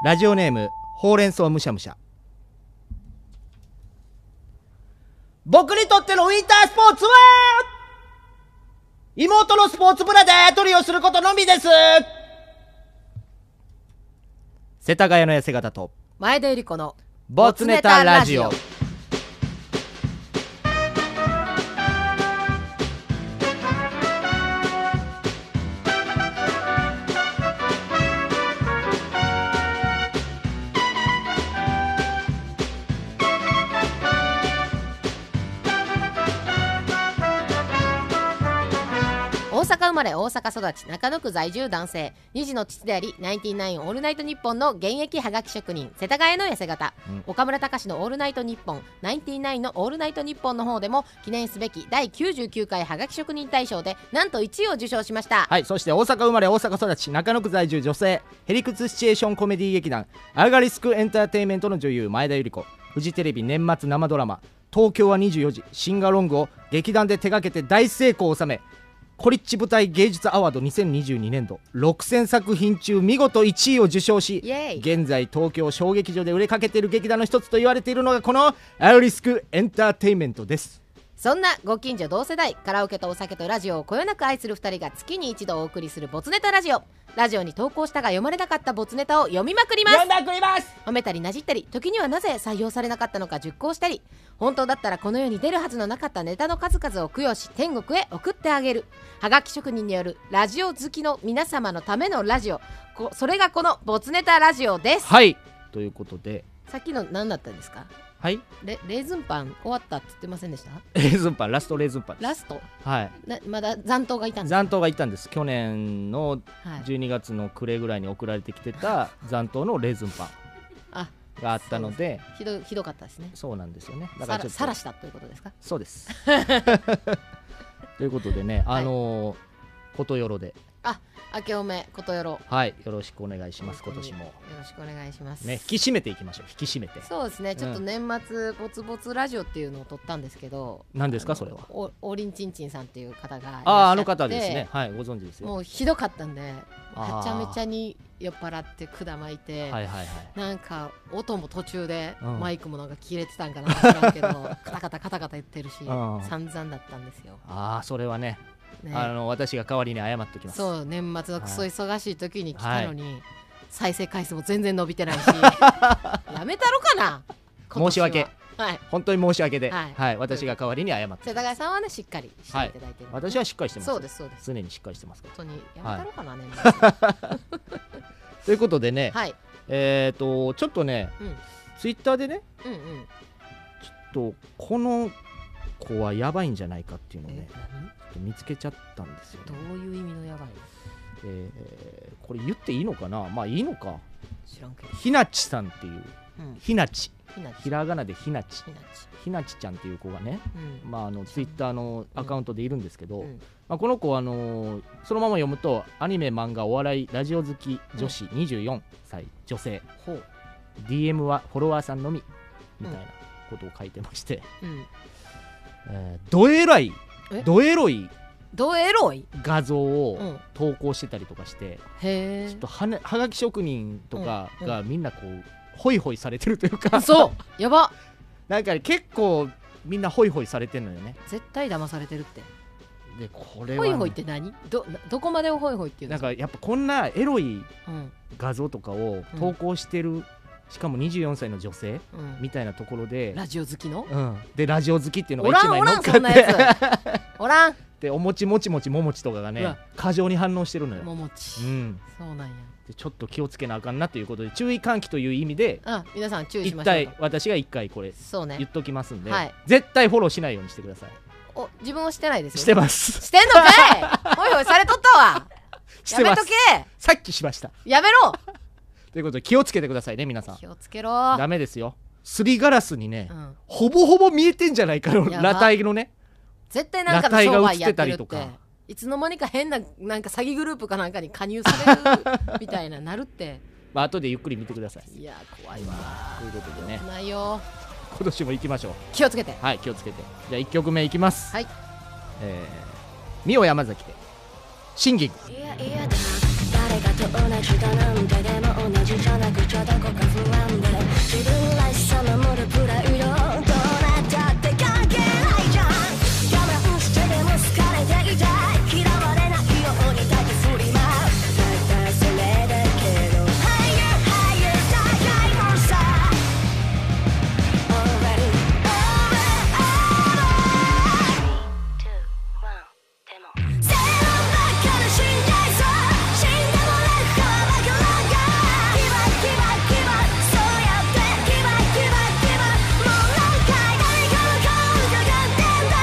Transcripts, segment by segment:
ラジオネームほうれん草むしゃむしゃ僕にとってのウィンタースポーツは妹のスポーツブラでトリをすることのみです世田谷の痩せ方と前田由里子のボツネタラジオ大阪生まれ大阪育ち中野区在住男性2児の父でありナインティナインオールナイトニッポンの現役はがき職人世田谷の痩せ方、うん岡村隆史のオールナイトニッポンナインティナインのオールナイトニッポンの方でも記念すべき第99回はがき職人大賞でなんと1位を受賞しました、はいそして大阪生まれ大阪育ち中野区在住女性ヘリクツシチュエーションコメディ劇団アガリスクエンターテインメントの女優前田由里子フジテレビ年末生ドラマ「東京は24時シンガロング」を劇団で手掛けて大成功を収めコリッチ舞台芸術アワード2022年度6000作品中見事1位を受賞しイエーイ現在東京小劇場で売れかけている劇団の一つと言われているのがこのアガリスクエンターテインメントですそんなご近所同世代カラオケとお酒とラジオをこよなく愛する2人が月に一度お送りするボツネタラジオラジオに投稿したが読まれなかったボツネタを読みまくりますんだくれます褒めたりなじったり時にはなぜ採用されなかったのか熟考したり本当だったらこの世に出るはずのなかったネタの数々を供養し天国へ送ってあげるはがき職人によるラジオ好きの皆様のためのラジオこそれがこのボツネタラジオですはいということでさっきの何だったんですかはいレレーズンパン終わったって言ってませんでしたレーズンパンラストレーズンパンラストはいなまだ残党がいたんです残党がいたんです去年のはい12月の暮れぐらいに送られてきてた残党のレーズンパあンがあったのでひどひどかったですねそうなんですよねだからちょさらっとさらしたということですかそうです ということでねあのーことよろで明けおめことよろよはいよろしくお願いします今年もろしくお願いしますね引き締めていきましょう引き締めてそうですね、ちょっとうん年末ぼつぼつラジオっていうのを撮ったんですけど、何ですかあのそれはおおりんちんちんさんっていう方がいらっしゃってあああの方ですねはいご存知ですよもうひどかったんで、めあーちゃめちゃに酔っ払って管巻いて、はいはいはいなんか音も途中で、うんマイクもなんか切れてたんかな知ら んけど、カタカタカタカタ言ってるし、ん散々だったんですよ。ああそれはねね、あの私が代わりに謝っておきますそう年末のクソはい忙しい時に来たのに、再生回数も全然伸び てないし、やめたろかな。今年は申し訳。はい。本当に申し訳ではいはい私が代わりに謝って世田谷さんはねしっかりしていただいてるんでね、私はしっかりしてますそうですそうです常にしっかりしてますから本当にやめはいたろうかなね、ということでね、はいえっ、とちょっとね、うんツイッターでねうんうんちょっとこの子はやばいんじゃないかっていうのをえねちょっと見つけちゃったんですよね、何どういう意味のやばいえーこれ言っていいのかなまあいいのか知らんけどひなちさんっていううんひなちひなちひらがなでひなちひなちひなちちゃんっていう子がねうんまあ、あのツイッターのアカウントでいるんですけど、うんまあ、この子はあのーそのまま読むとアニメ漫画お笑いラジオ好き女子24歳女性、ほう DM はフォロワーさんのみみたいなことを書いてまして、うんえーどえらいえどエロいどエロい画像うをん投稿してたりとかして、へちょっえとは,、ね、はがき職人とかうんがみんなこうホイホイされてるというか、あそうやば なんか結構みんなホイホイされてるのよね絶対騙されてるってでこれはホね、イホイって何どなどこまでをホイホイっていうなんのかやっぱこんなエロいうん画像とかを投稿してる、しかも24歳の女性うんみたいなところで、ラジオ好きのうん、でラジオ好きっていうのおがら一ん枚お乗らっんかそんっなてやつおらん でおもちもちもちももちとかがうねわ過剰に反応してるのよ、ももうちん、そうなんやでちょっと気をつけなあかんなということで注意喚起という意味であ皆さん注意一しましょう体私が一回これとそう言ねっときますんで、はい絶対フォローしないようにしてくださいお自分をしてないですよしてますしてんのかい おいおいされとったわしやてめまとすけさっきしましたやめろということで気をつけてくださいね皆さん気をつけろダメですよすりガラスにね、うんほぼほぼ見えてんじゃないかのやば裸体のね絶対なんかの裸体商が映売っやっててたるっりてとかいつの間にか変ななんか詐欺グループかなんかに加入され るみたいななるってまあ後でゆっくり見てくださいいや怖いわということでねないよ今年も行きましょう気をつけてはい気をつけてじゃあ1曲目いきますはいえー、ミオ山崎で「シンギング」いやいやだな誰体がと同じだなんてでも同じじゃなくちゃどこか不安で自分らしさ守るプライドどうなったって関係ないじゃん我慢してでも好かれていたい嫌われないようにだけ振り回すたったそれだけど Higher higher 高いもんさ Already over over 「背の中で死んでいそう」「死んでもらうかわからんが」「ギバギバギバ」「そうやってギバギバギバ」「もう何回誰かの顔疑ってんだ」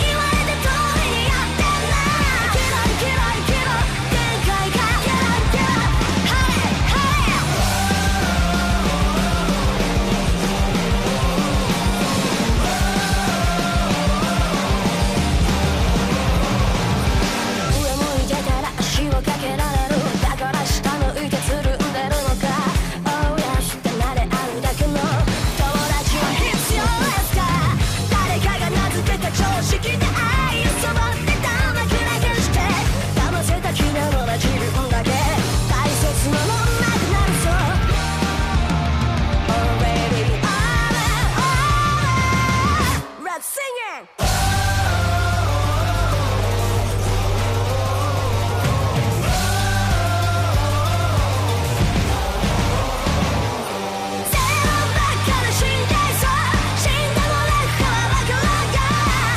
「言われた通りにやってんだ」「ギバギバギバ」「限界がギバギバ」「はいはい」上向いてたら足をかけられるだから下向いてつるんでるのか Oh yes ってなれあるだけの友達は必要ですか誰かが名付けた常識で愛をそぼってたまくらかして騙せた気なのは自分だけ大切なもんなくなるぞ Already over over Let's sing it! 「背の中で死んでいそう」「死んでもらうかわからんが」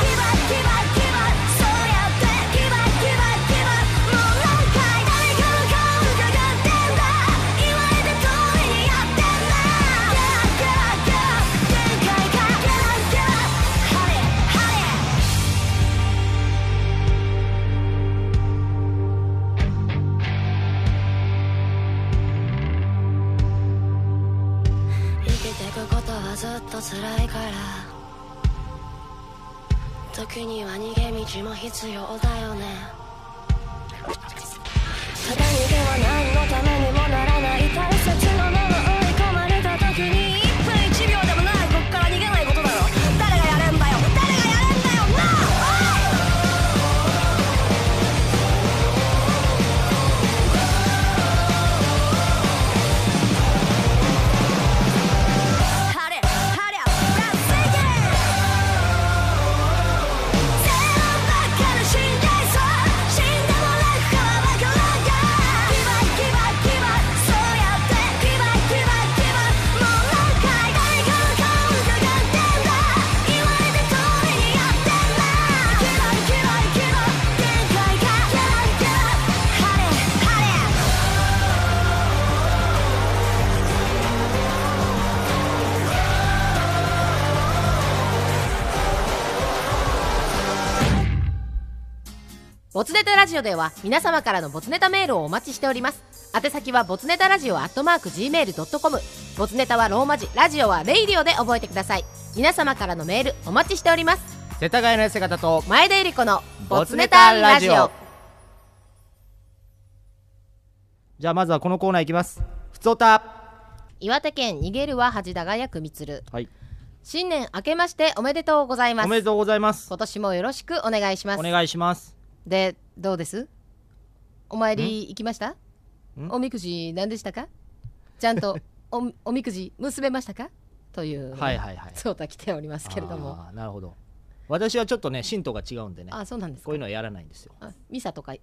「ギバギバギバ」「そうやってギバギバギバ」「もう何回誰かの顔疑ってんだ」「言われた通りにやってんだ」「ギラギラギラ」「限界がギラギラ」「ハレハレ」生きてくことはずっと辛いから時には逃げ道も必要だよねただ逃げは何のためにもならない大切なもの追い込まれた時に1分1秒でもないこっから逃げないことだろ誰がやるんだよ誰がやるんだよなあおい晴れ晴れラブセゲン「背の中で死んでいそう」「死んでもらうかわからんが」「ギバギバギバ」「そうやってギバギバギバ」「もう何回誰かの顔疑ってんだ」「言われた通りにやってんだ」「ギバギバギバ」「限界がギラギラ」「晴れ晴れ」ボツネタラジオでは皆様からのボツネタメールをお待ちしております。宛先はボツネタラジオアットマーク Gmail.com。ボツネタはローマ字、ラジオはレイディオで覚えてください。皆様からのメールお待ちしております。世田谷の痩せ方と前田ゆり子のボツネタラジオ。じゃあまずはこのコーナーいきますふつおた岩手県逃げるは恥だがやくみつる。はい新年明けましておめでとうございま。おめですとうございます今年もよろしくお願いしますお。願いしますで、どうですお参り行きましたんおみくじ何でしたかちゃんとお おみくじ結べましたかという、はいはいはいそうた来ておりますけれども。あーなるほど私はちょっとね神道が違うんでねあそうなんですかこういうのはやらないんですよあミサとかい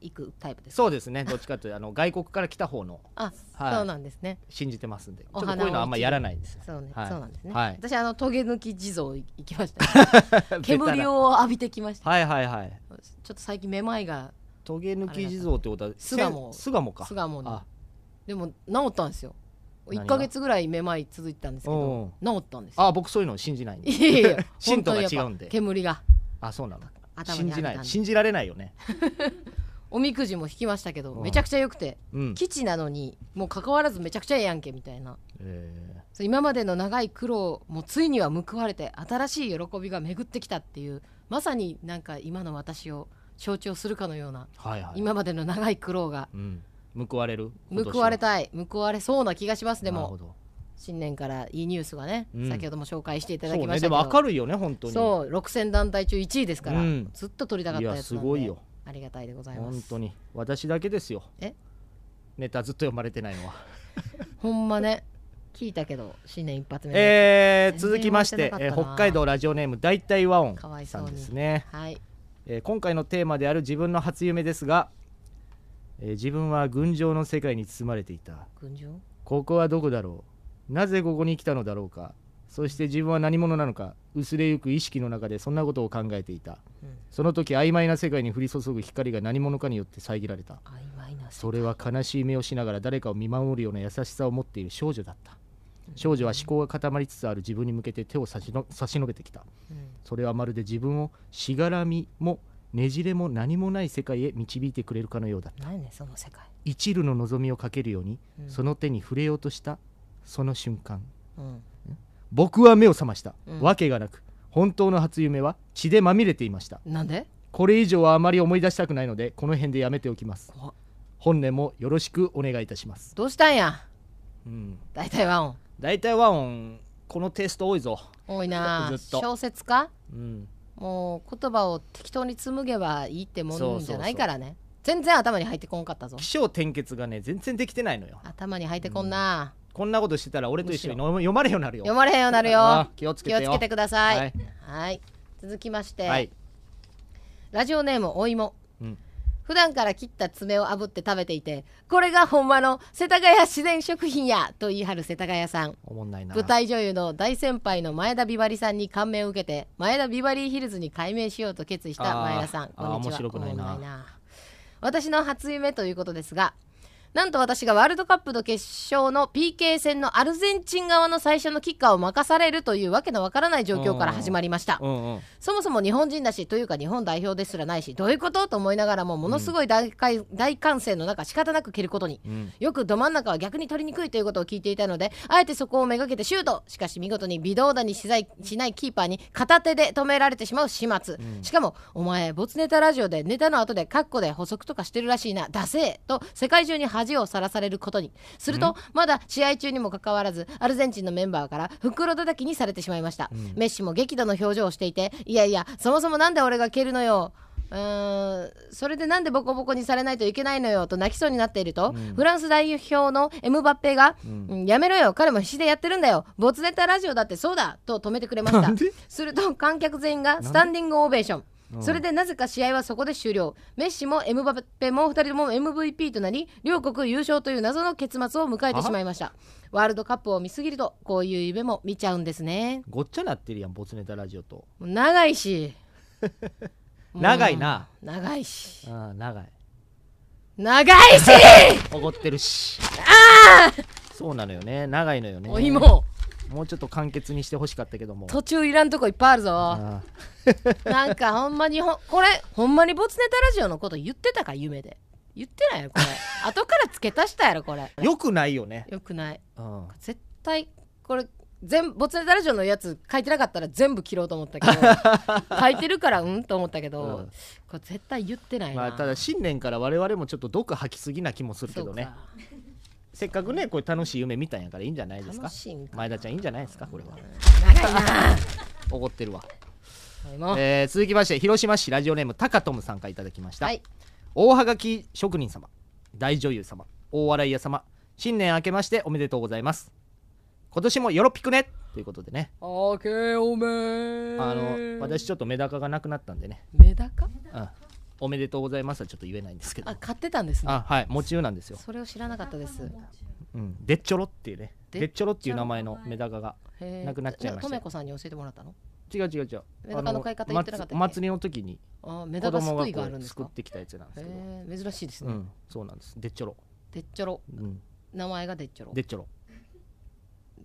行くタイプですかそうですねどっちかというとあの外国から来た方のあ、はいそうなんですね。信じてますんでちょおっと花をこういうのはあんまやらないんですよそうね、はいそうなんですね。はい私あのトゲ抜き地蔵行きました。 煙を浴びてきました。はいはいはいちょっと最近めまいがトゲ抜き地蔵ってことは巣鴨せん巣鴨か巣鴨にあでも治ったんですよ。何が一ヶ月ぐらいめまい続いてたんですけど治ったんですよ。あ僕そういうの信じないんでいやい やいや信徒が本当にやっぱ違うんで煙があそうなの頭に信あじげなたんいで信じられないよねおみくじも引きましたけどうんめちゃくちゃ良くてうん基地なのにもう関わらずめちゃくちゃええやんけみたいなえそう今までの長い苦労もついには報われて新しい喜びが巡ってきたっていうまさになんか今の私を象徴するかのようなーはいはい今までの長い苦労がうん報われる報われたたい報われそうな気がしますでなるほもど新年からいいニュースがねうん先ほども紹介していただそきうまねしたでけども明るいよね本当にそう6000団体中1位ですから、うんずっと取りたかったやつなんいでやすごいよありがたいでございま本す当に私だけですよえネタずっと読まれてないのはほんまね聞いたけど新年一発目で、えー全然続きまして回ってえーなかった北な海道ラジオネーム大体和音かわいそさうんにですね、はいえー今回のテーマである自分の初夢ですが、えー自分は群青の世界に包まれていた群青ここはどこだろうなぜここに来たのだろうかそして自分は何者なのか薄れゆく意識の中でそんなことを考えていた、うんその時曖昧な世界に降り注ぐ光が何者かによって遮られた曖昧なそれは悲しい目をしながら誰かを見守るような優しさを持っている少女だった少女は思考が固まりつつある自分に向けて手を差しの差し伸べてきたうんそれはまるで自分をしがらみもねじれも何もない世界へ導いてくれるかのようだ何やねんその世界一縷の望みをかけるように、うんその手に触れようとしたその瞬間うん僕は目を覚ました、うんわけがなく本当の初夢は血でまみれていましたなんでこれ以上はあまり思い出したくないのでこの辺でやめておきます怖っ本年もよろしくお願いいたします、どうしたんやうん、大体ワオン大体和音このテイスト多いぞ、多いなずっと小説家うん、もう言葉を適当に紡げばいいってもそうんじそうゃそうないからね全然頭に入ってこんかったぞ起承転結がね全然できてないのよ頭に入ってこんな、こんなことしてたら俺と一緒に読読まれへんようになるよ読まれへんようになるよあ気をつけ気てよをつけてくださいははいい続きまして、はいラジオネームお芋、うん普段から切った爪を炙って食べていてこれがほんまの世田谷自然食品やと言い張る世田谷さんおもんないな舞台女優の大先輩の前田美バリさんに感銘を受けて前田ビバリーヒルズに改名しようと決意した前田さんあーこんにちあはー面白くないなおもん私の初夢ということですがなんと私がワールドカップの決勝の PK 戦のアルゼンチン側の最初のキッカーを任されるというわけのわからない状況から始まりましたうんうんそもそも日本人だしというか日本代表ですらないしどういうことと思いながらもものすごい大かい大歓声の中仕方なく蹴ることにうんよくど真ん中は逆に取りにくいということを聞いていたのであえてそこをめがけてシュートしかし見事に微動だにしないしないキーパーに片手で止められてしまう始末、しかも「お前ボツネタラジオでネタの後でカッコで補足とかしてるらしいなダセえ」と世界中に恥をさらされることにするとまだ試合中にもかかわらずアルゼンチンのメンバーから袋叩きにされてしまいました、メッシも激怒の表情をしていていやいやそもそもなんで俺が蹴るのようーんそれでなんでボコボコにされないといけないのよと泣きそうになっていると、フランス代表のエムバッペが、うんやめろよ彼も必死でやってるんだよボツネタラジオだってそうだと止めてくれましなたんですると観客全員がスタンディングオベーションそれでなぜか試合はそこで終了メッシもエムバペも2人とも MVP となり両国優勝という謎の結末を迎えてしまいましたワールドカップを見すぎるとこういう夢も見ちゃうんですねごっちゃなってるやんボツネタラジオともう長いし長いなもう長いしああ長い長いし怒ってるしそうなのよね長いのよねお芋もうちょっと簡潔にしてほしかったけども途中いらんとこいっぱいあるぞああなんかほんまにほんこれほんまにボツネタラジオのこと言ってたか夢で言ってない よこれ後から付け足したやろこれよよくないよねくないうん絶対これ全ボツネタラジオのやつ書いてなかったら全部切ろうと思ったけ ど書いてるからうんと思ったけど、うんこれ絶対言ってないな、まあただ新年から我々もちょっと毒吐きすぎな気もするけどねせっかくねこれ楽しい夢見たんやからいいんじゃないそでうすかか楽しいんか前田ちゃんいいんじゃないですかこれは長いな怒ってるわおいも えー続きまして広島市ラジオネームタカトムさんからいただきました、はい大はがき職人様大女優様大笑い屋様新年明けましておめでとうございます今年もよろぴくねということでね明けおめあーの私ちょっとメダカがなくなったんでね、メダカうん、おめでとうございますはちょっと言えないんですけどあ買ってたんですねあはい夢中なんですよ、それを知らなかったですうん、でっちょろっていうねででっちょろっていう名前のメダカがへーなくなっちゃいましたとめこさんに教えてもらったの違う違う違うメダカの飼い方言ってなかったっあけのまつ祭りの時にあメ子ダカす供がくこいがあるんうです作っかてきたやつなんですけど、へー珍しいですうね、んそうなんですでっちょろ、でっちょろうん、名前がでっちょろでっちょろ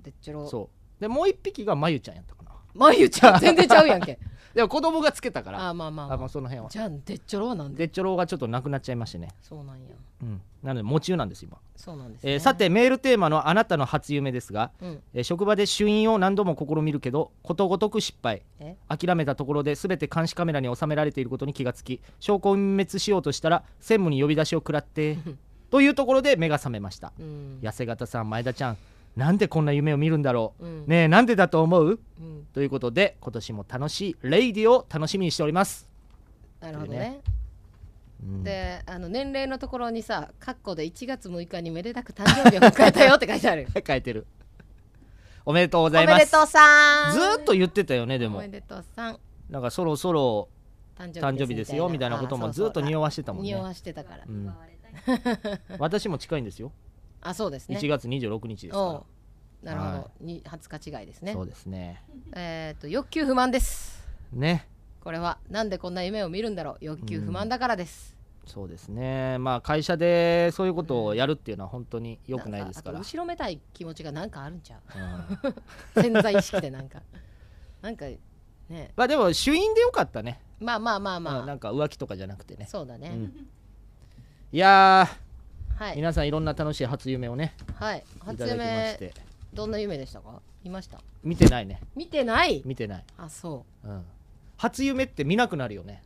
でっちょろそうでもう一匹がまゆちゃんやったかなま ゆちゃん全然ちゃうやんけでも子供がつけたかあらあまあまあ、ままあその辺あ、はじゃあでっちょろはなんででっちょろがちょっとなくなっちゃいましてね、そうなんやうん、なので夢中なんです今、そうなんです、ねえーさ、てメールテーマの「あなたの初夢」ですが、うん、えー職場で主飲を何度も試みるけどことごとく失敗え諦めたところで全て監視カメラに収められていることに気がつき証拠を隠滅しようとしたら専務に呼び出しを食らって というところで目が覚めましたうん痩せ型さん前田ちゃんなんでこんな夢を見るんだろう、うんねえなんでだと思ううん、ということで今年も楽しいレイディを楽しみにしておりますなるほどでねうんであの年齢のところにさ「括弧で1月6日にめでたく誕生日を迎えたよ」って書いてある書いてるおめでとうごおざめいますでとうさんずーっと言ってたよねでおもめでとうさんなんかそろそろ誕生日誕生日ですよみたいなこともずっと匂わわしてたもんね匂わしてたから、 うん、私も近いんですよあそうですね1月26日ですおかうなるほど、はに20日違いですらねそうですねえっ、と欲求不満ですねこれはなんでこんな夢を見るんだろう欲求不満だからです、そうですねまあ会社でそういうことをやるっていうのは本当に良くないですからんあと後ろめたい気持ちがなんかあるんちゃうんう潜在意識でなんか なんかねまあでも主因でよかったねまあまあまあまあ、うんなんか浮気とかじゃなくてねそうだね、うんいやはい皆さんいろんな楽しい初夢をねはいい初ただきまし夢てどんな夢でしたか見ました見てないね見てない見てないあそうん初夢って見なくなるよね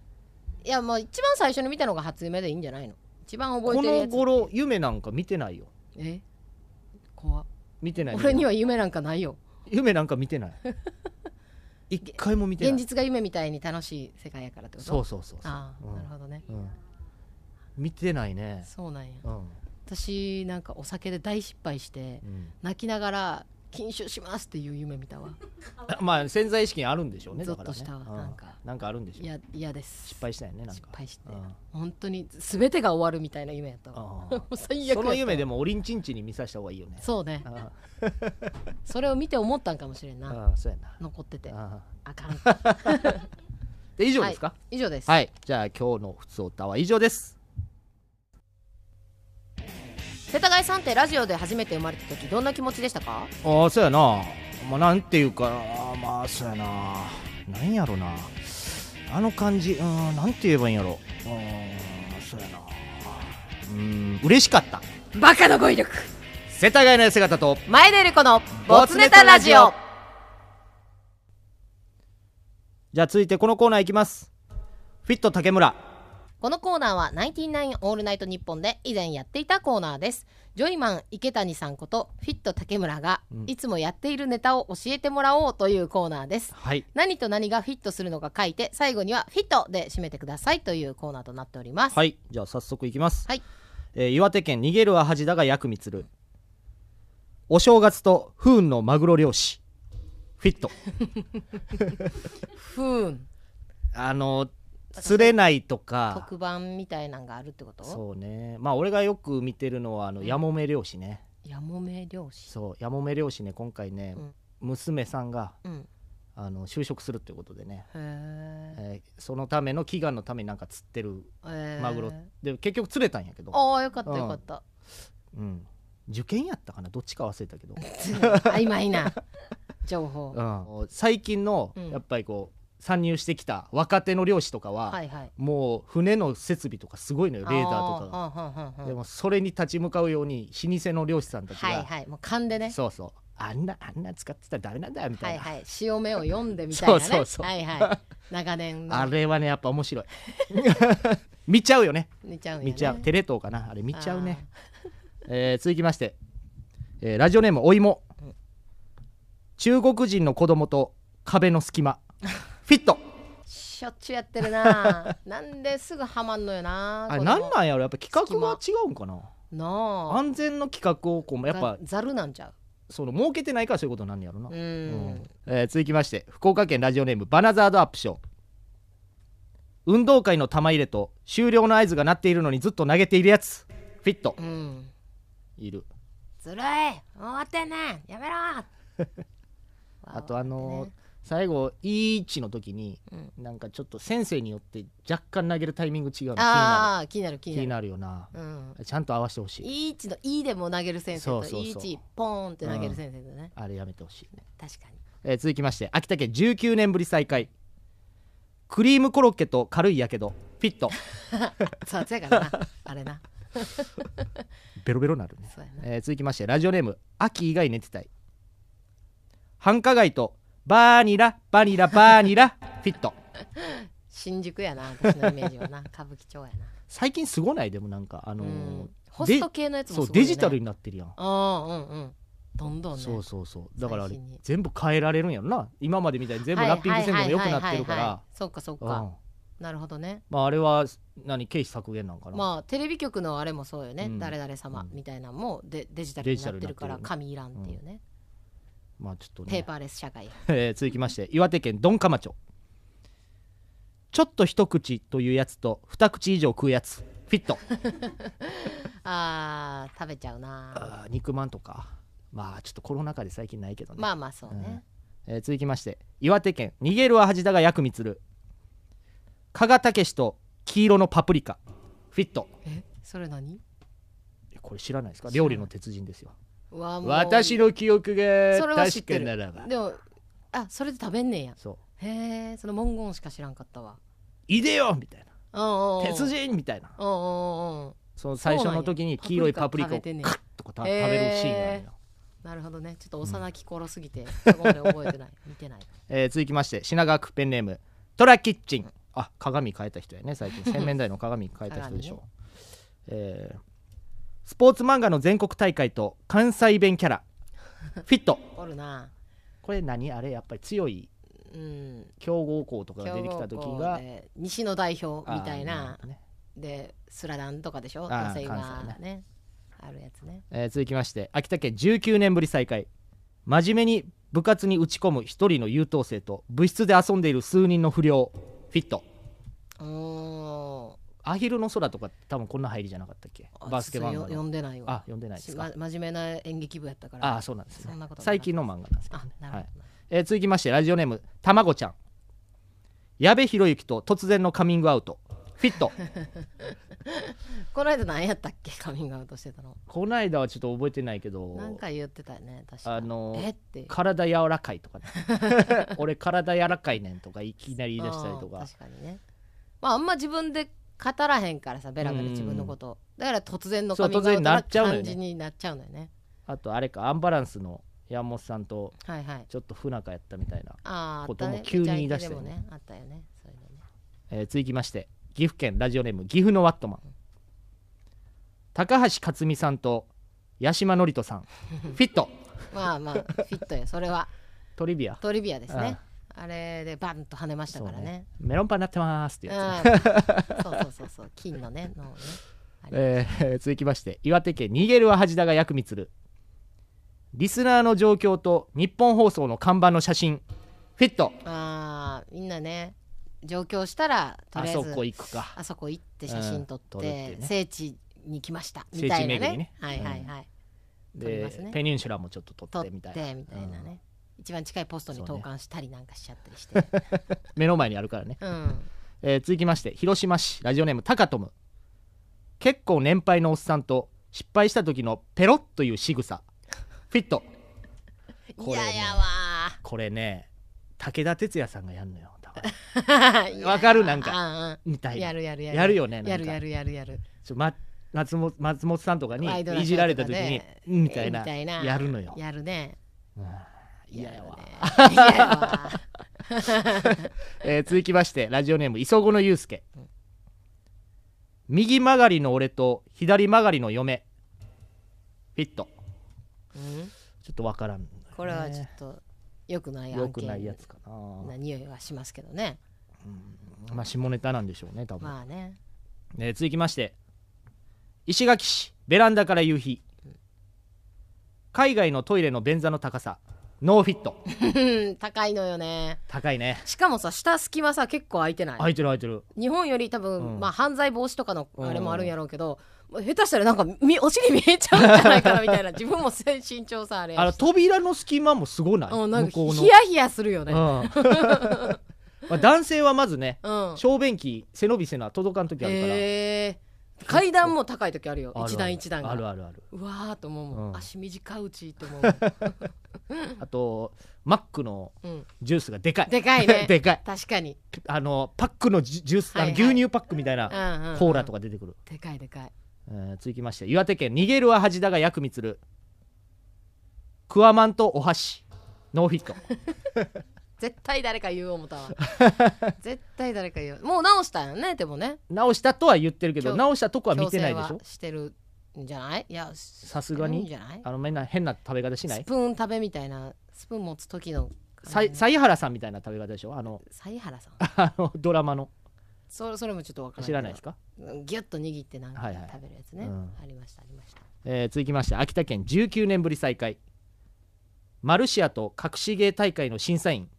ういやもう一番最初に見たのが初夢でいいんじゃないの一番覚えこてるやのつ頃夢なんか見てないよえ怖っ見てない俺にはは夢なんかないよ夢なんか見 てない一回も見てない現実が夢みたいに楽しい世界やからってことそうそうそうそうああ、うんなるほどねうん見てないねそうなんやうん私なんかお酒で大失敗してうん泣きながら禁酒しますっていう夢見 たわまあ潜在意識にあるんでしょうねだからねゾッとしたわうなんかなんかあるんでしょいうや嫌です失敗したよねなんか失敗してうん本当に全てが終わるみたいな夢やったわあもう最悪あその夢でももオリンチンチに見させた方がいいよねそうねあそれを見て思ったんかもしれんなああそうやな残っててあああかん で以上ですか以上です、はい、じゃあ今日の「ふつおた」は以上です世田谷さんってラジオで初めて生まれた時どんな気持ちでしたかああそうやなまあなんていうかまあそうやななんやろなあの感じうんなんて言えばいいんやろうんそうやなうん嬉しかったバカの語彙力世田谷の姿と前田ゆり子のボツネタラジオじゃあ続いてこのコーナーいきますフィット竹村このコーナーはナインティナインオールナイトニッポンで以前やっていたコーナーですジョイマン池谷さんことフィット竹村がうんいつもやっているネタを教えてもらおうというコーナーですはい何と何がフィットするのか書いて最後にはフィットで締めてくださいというコーナーとなっておりますはいじゃあ早速いきます、はいえー岩手県逃げるは恥だが薬味つるお正月と不運のマグロ漁師フィットふーんあの釣れないとか特番みたいなんがあるってことそうねまあ俺がよく見てるのはあのヤモメ漁師ね、やもめ漁師そうヤモメ漁師ね今回ね、うん娘さんがうんあの就職するってことでね、えへーそのための祈願のためになんか釣ってるえマグロで結局釣れたんやけど、ああよかったよかった、 うん、受験やったかなどっちか忘れたけど、曖昧な情報うん、最近のうんやっぱりこう参入してきた若手の漁師とかは、はいはいもう船の設備とかすごいのよレーダーとかあーはんはんはんはがんでもそれに立ち向かうように老舗の漁師さんたちが、はいはいもう勘でねそうそうあんなあんな使ってたらダメなんだよみたはいいな、はい潮目を読んでみたいなねそうそうそうはいはい長年のあれはねやっぱ面白い 見ちゃうよね見ちゃうんやね見ちゃうテレ東かなあれ見ちゃうねえー続きまして、えーラジオネームおいも、中国人の子供と壁の隙間フィッ トあーしょっちゅうやって るななんですぐハマんのよなあれなんななんやろやっぱ企画が違うんかななあ安全の企画をこうやっぱがざるなんちゃその儲けてないからそういうことなんやろな、うううんえー続きまして福岡県ラジオネームバナザードアップショー運動会の玉入れと終了の合図が鳴っているのにずっと投げているやつフィットうんいるずるい終わってんねんやめろ あとあのー最後いい位置の時に、うんなんかちょっと先生によって若干投げるタイミング違うの気になああー気になる気るに気なになるるよなうんちゃんと合わせてほしいいい位置の「い」でも投げる先生とそういいそう位そう置ポーンって投げる先生とねあれやめてほしい、確かにえー続きまして秋田県19年ぶり再開クリームコロッケと軽いやけどフィッ トそう熱いからなあれなベロベロなるね、そうやなえー続きましてラジオネーム秋以外寝てたい繁華街とバーニラバニラバーニラフィット新宿やな私のイメー ジはな歌舞伎町やな最近すごないでもなんかあのうーんホスト系のやつもそすごい、ね、うデジタルになってるやんああうんうんどんどんねそうそうそうだからあれ最新に全部変えられるんやろな今までみたいに全部はいラッピングせんでも良くなってるかはいはいはいらはいそうかそううかんなるほどねまああれは何経費削減なんかな、まあテレビ局のあれもそうよね、うん誰々様みたいなのもデデジタルデにジタなルになっってるてるから紙いらんっていうね、まあちょっとねペーパーレス社会 えー続きまして岩手県鈍マ町ちょっと一口というやつと二口以上食うやつフィッ トあー食べちゃうなあー肉まんとかまあちょっとコロナ禍で最近ないけどね、まあまあそうね、えー続きまして岩手県逃げるは恥だが薬味つる加賀武と黄色のパプリカフィットえそれ何えこれ知らないですか知らな料い理の鉄人ですようわもう私の記憶がそれは知っ確てかるならばでもあそれで食べんねんやそうへえその文言しか知らんかったわいでよみたいうんうんうなん鉄人みたいなうんうんうんその最初の時に黄色いパプリカをパプリカ食べてんねやカッとこうた食べるシーンがあるへのーよなるほどねちょっと幼き頃すぎ て、そこまで覚えてない見てないえー続きまして品川区ペンネームトラキッチンあ鏡変えた人やね最 近洗面台の鏡変えた人でしょう、えースポーツ漫画の全国大会と関西弁キ ャラフィットおるなこれ何あれやっぱり強いうん強豪校とかが強出てきた豪時校がで西の代表みたいなあーねでスラダンとかでしょあー女性が関西ねあるやつねえー続きまして秋田県19年ぶり再開真面目に部活に打ち込む一人の優等生と部室で遊んでいる数人の不良フィットおおアヒルの空とか多分こんな入りじゃなかったっけーバスケ漫画ちょっとよ読のんでないわあ読んでないですかしま真面目な演劇部やったからああそうなんですねそんなことは最近の漫画なんですけどあね、なるはほいど、えー続きましてラジオネームたまごちゃん矢部宏之と突然のカミングアウトフィ ットこの間何やったっけカミングアウトしてたのこの間はちょっと覚えてないけどなんか言ってたよね確かあのーえって体柔らかい とかね俺体柔らかいねんとかいきなり言い出したりとあかー確かにねまああんま自分で語らへんからさベラベラ自分のことだから突然のそうカミングアウトな突然なっちゃうのよ感ねじになっちゃうのよねあとあれかアンバランスの山本さんとはいはいちょっと不仲やったみたいな、あーあっことたもね急に言い出したよめねちゃイケでもねあったよねそういうのねえー続きまして岐阜県ラジオネーム岐阜のワットマン高橋克実さんと八島智人さ んフィットまあまあフィットよそれはトリビアトリビアですねあれでバンと跳ねましたからねメロンパンになってますってうやんつ、そうそうそうそう金のねのねあれえー 続きまして岩手県逃げるは恥だが薬味つるリスナーの状況と日本放送の看板の写真フィットあーみんなね上京したらとありあえずそこ行くかあそこ行って写真撮って,、うん撮るっていうね聖地に来ましたみたいな聖地巡ねりねはいはいはい、撮りでますねペニンシュラもちょっと撮撮っっててみみたたいいななね一番近いポストに投函したりなんかしちゃったりしてう,、うん目の前にあるからね、んえー続きまして広島市ラジオネームタカトム結構年配のおっさんと失敗した時のペロッという仕草フィット これね嫌やわこれね武田鉄矢さんがやるのよ多分 ー嫌や わわかるなんかみたいなやるやるやるやるよねなんかやるやるやるやるちょま、松本松本さんとかにワイドナショーいじられた時にとかね、うんみたいなみたいなやるのよ。やるねいややわ、 嫌やわえー続きましてラジオネーム磯子のゆうすけ、右曲がりの俺と左曲がりの嫁フィットうんちょっとわからん、これはちょっと良くない案件よくないやつかな、な匂いはしますけどねまあ下ネタなんでしょうね多分、まあね えー続きまして石垣市ベランダから夕日海外のトイレの便座の高さノーフィットうん高いのよね高いねしかもさ下隙間さ結構空いてない開いてる開いてる日本より多分、うんまあ、犯罪防止とかのうんあれもあるんやろうけど、まあ下手したらなんかみお尻見えちゃうんじゃないかなみたい な自分もせ身長さあれあの扉の隙間もすごない、うん、なん向かこうのヒヤヒヤするよね、ううんん まあ男性はまずね、うん小便器背伸びせな届かん時あるから、えー階段も高い時あるよあるある一段一段があるあるあるうわーと思うもん、うん足短いうちと思うもん、あとマックのうん、ジュースがでかいでかい ねでかい確かに、あのパックのジュジュース、はいはいあの牛乳パックみたいうんなうんうんコーラとか出てくる、でかいでかいえー続きまして岩手県逃げるは恥だが薬味つるクワマンとお箸ノーフィッ ト絶対誰か言う思ったわ 絶対誰か言うもう直したよねでもね直したとは言ってるけ強ど直したとこは見てないで矯し正ょはしてるんじゃないいやささすがにじゃないあのみんな変な食べ方しないスプーン食べみたいなスプーン持つ時のさいあの犀原さんみたいな食べ方でしょあの犀原さんあのドラマのそれそれもちょっとわからない知らないですかか、ギュッと握ってなんかはいはい食べるやつね、うんありましたありましたえー続きまして秋田県19年ぶり再開マルシアと隠し芸大会の審査 員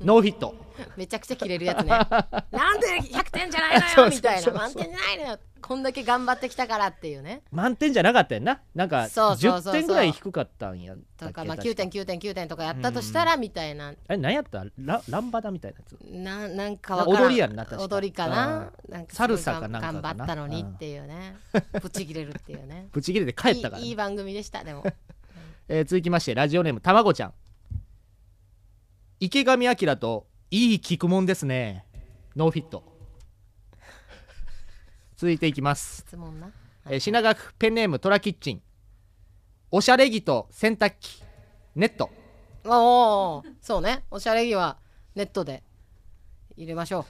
ノーヒットめちゃくちゃ切れ るやつねなんで100点じゃないそうそうそうそうのよみたいな満点じゃないのよこんだけ頑張ってきたからっていうね満点じゃなかったよななんかそうそうそ10うそう点ぐらい低かったんやったとっけか、まあ、確9点9点9点とかやったとしたらみたいなあれ何やったラランバダみたいなやつななんかわからん踊りやんな確か踊りかななんかサルサかなんかかな頑張ったのにっていうねプチ切れるっていうねブチ切れて 帰ったからね、いいいい番組でしたでもえー続きましてラジオネームたまごちゃん池上彰といい聞くもんですねノーフィット 続いていきます、質問なえー品川区ペンネームトラキッチンおしゃれ着と洗濯機ネットおおそうねおしゃれ着はネットで入れましょ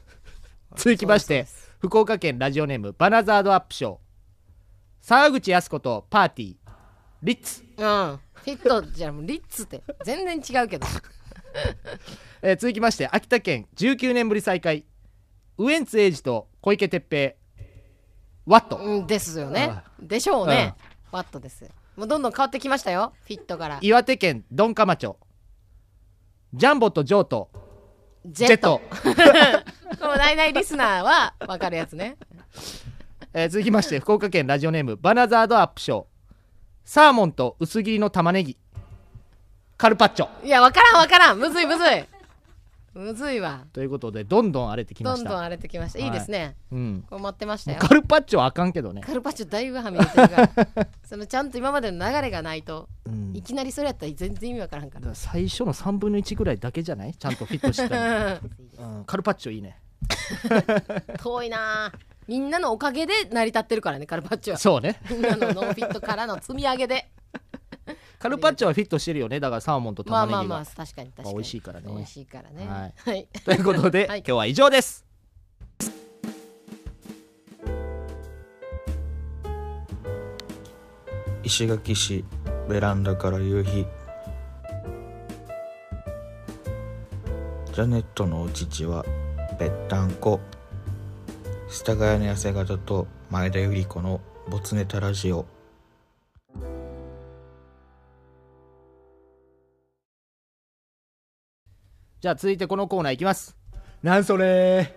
続きましそうてですそう福岡県ラジオネームバナザードアップショー沢口靖子とパーティーリッツ、ううんフィットじゃもうリッツって全然違うけどえー続きまして秋田県19年ぶり再開ウエンツ瑛士と小池徹平ワット、うんですよねでしょうねワットですもうどんどん変わってきましたよフィットから岩手県ドンカマ町ジャンボとジョーとジジェット、このナイナイリスナーは分かるやつねえー続きまして福岡県ラジオネームバナザードアップショーサーモンと薄切りの玉ねぎカルパッチョいや、わからんわからん。むずいむずい。むずいわ。ということでどんどん荒れてきまどしんたどん荒れてきました。いいですね。うん、こう待ってましたよ。カルパッチョはあかんけどね、カルパッチョだいぶはみ出てるから。そのちゃんと今までの流れがないと、うんいきなりそれやったら全然意味わからんだからから。最初の3分の1ぐらいだけじゃないちゃんとフィットして たのうん、カルパッチョいいね遠いなあみんなのおかげで成り立ってるからね、カルパッチョは。そうねみんなのノーフィットからの積み上 げで。カルパッチョはフィットしてるよねだからサーモンと玉まあねぎが、まあまあ、確かに確かまあに。美味しいからね美味しいからね。はいはい。ということで、はい今日は以上です石垣市ベランダから夕日ジャネットのお乳はぺったんこスタガヤの痩せ方と前田由里子のボツネタラジオじゃあ続いてこのコーナーいきますなんそれ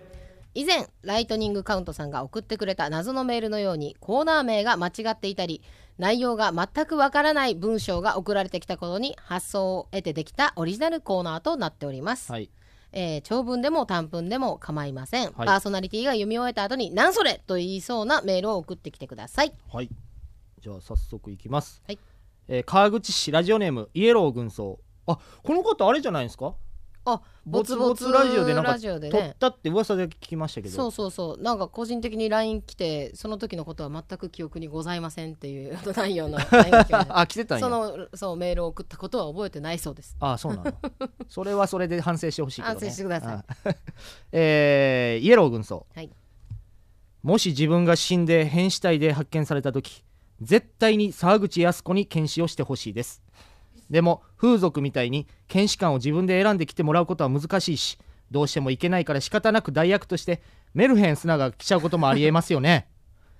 以前ライトニングカウントさんが送ってくれた謎のメールのようにコーナー名が間違っていたり内容が全くわからない文章が送られてきたことに発想を得てできたオリジナルコーナーとなっております、はいえー長文でも短文でも構いません、はいパーソナリティが読み終えた後に「なんそれ!」と言いそうなメールを送ってきてくださいはいじゃあ早速いきます、はいえー川口市ラジオネームイエロー軍曹あこの方あれじゃないですかあボツボツラジオでなんかラジオで撮っねたって噂で聞きましたけどそうそうそうなんか個人的に LINE 来てその時のことは全く記憶にございませんっていう 内容 の LINE が来ましたあ来てたんやそのそうメールを送ったことは覚えてないそうです。あそうな のそれはそれで反省してほしいけど、ね、反省してくださいいえーイエロー軍曹はい。 もし自分が死んで変死体で発見された時絶対に沢口靖子に検視をしてほしいですでも風俗みたいに検視官を自分で選んできてもらうことは難しいしどうしてもいけないから仕方なく代役としてメルヘン砂が来ちゃうこともありえますよね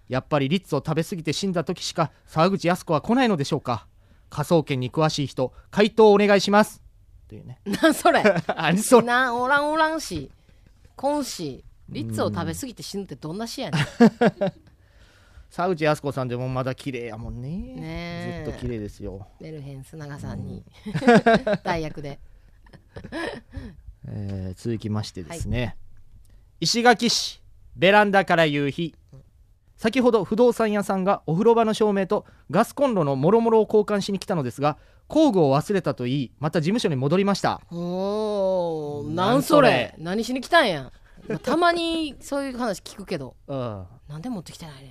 やっぱりリッツを食べ過ぎて死んだ時しか沢口靖子は来ないのでしょうか科捜研に詳しい人回答をお願いしますというねなんそれ。 ありそうなんおらんおらんし、今し、リッツを食べ過ぎて死ぬってどんな死やねん。沢口靖子さんでもまだ綺麗やもんねねえずっと綺麗ですよメルヘン砂川さんに 代役で。えー続きましてですね、石垣市ベランダから夕日先ほど不動産屋さんがお風呂場の照明とガスコンロのもろもろを交換しに来たのですが工具を忘れたと言いまた事務所に戻りましたおお、ななんんそそれれ。何しに来たんや。まあたまにそういう話聞くけど、うんなんで持ってきてないねんみ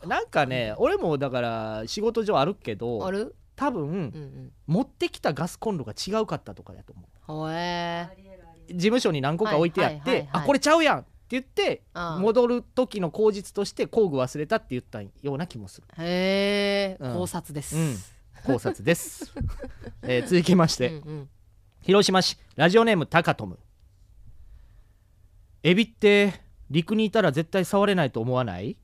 たいなんかね俺もだから仕事上あるけな。あどる？多分うんうん。持ってきたガスコンロが違うかったとかだと思うほえー。事務所に何個か置いてあっはいはいはてい「あはいこれちゃうやん!」って言ってああ戻る時の口実として工具忘れたって言ったような気もするへえ、うん考察です。うん考察です、 えー続きましうて、んうん広島市ラジオネームタカトムエビって陸にいたら絶対触れないと思わない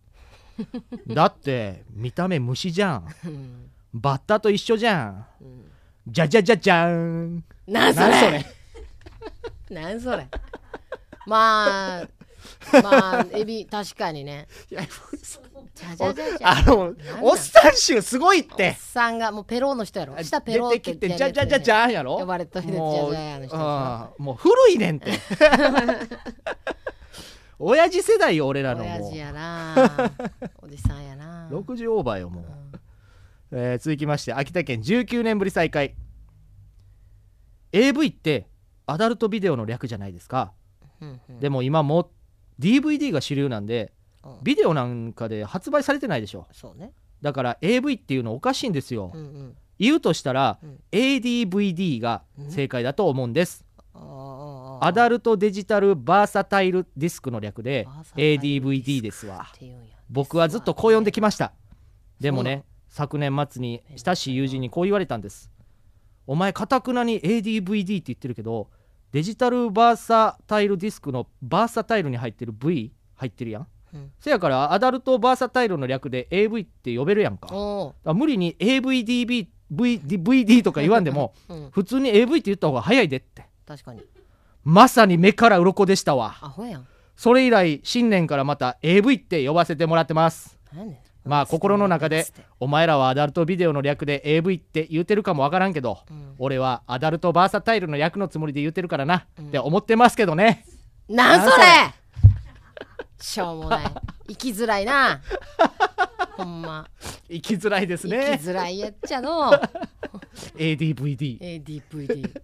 だって見た目虫じゃんうんバッタと一緒じゃんうんじゃじゃじゃじゃーんなんそ何それれなんそれまあまあエビ確かにねいやじゃじゃじゃじゃあのおっさん臭すごいっおってさんがもうペローの人やろ下ペロー出っててきてやるじゃじやつやゃねじゃじゃーんやろ呼ばれとるやつもうじゃじゃやの人でしょあーもう古いねんって 親父世代よ俺らの親も父うやなおじさんやな60オーバーよもうう、んえー続きまして秋田県19年ぶり再開 AV ってアダルトビデオの略じゃないですか、うんうんでも今もう DVD が主流なんでうんビデオなんかで発売されてないでしょそうねだから AV っていうのおかしいんですよ、うんうん言うとしたら、うん ADVD が正解だと思うんです、あーあーあーアダルトデジタルバーサタイルディスクの略でバーサタイルディスク ADVD ですわって言うんや僕はずっとこう呼んできましたでもそうなね昨年末に親しい友人にこう言われたんですお前かたくなに ADVD って言ってるけどデジタルバーサタイルディスクのバーサタイルに入ってる V 入ってるやん、うんせやからアダルトバーサタイルの略で AV って呼べるやんかだかおら無理に AVDB V D VD とか言わんでもー うん普通に AV って言った方が早いでって確かにまさに目から鱗でしたわアホやんそれ以来新年からまた AV って呼ばせてもらってますなんやねんまあ心の中でお前らはアダルトビデオの略で AV って言うてるかもわからんけど、うん俺はアダルトバーサタイルの略のつもりで言うてるからな、うんって思ってますけどねなんそれな しょうもない生きづら いなほんま生きづらいです生ねきづらいやっちゃのう ADVD ADVD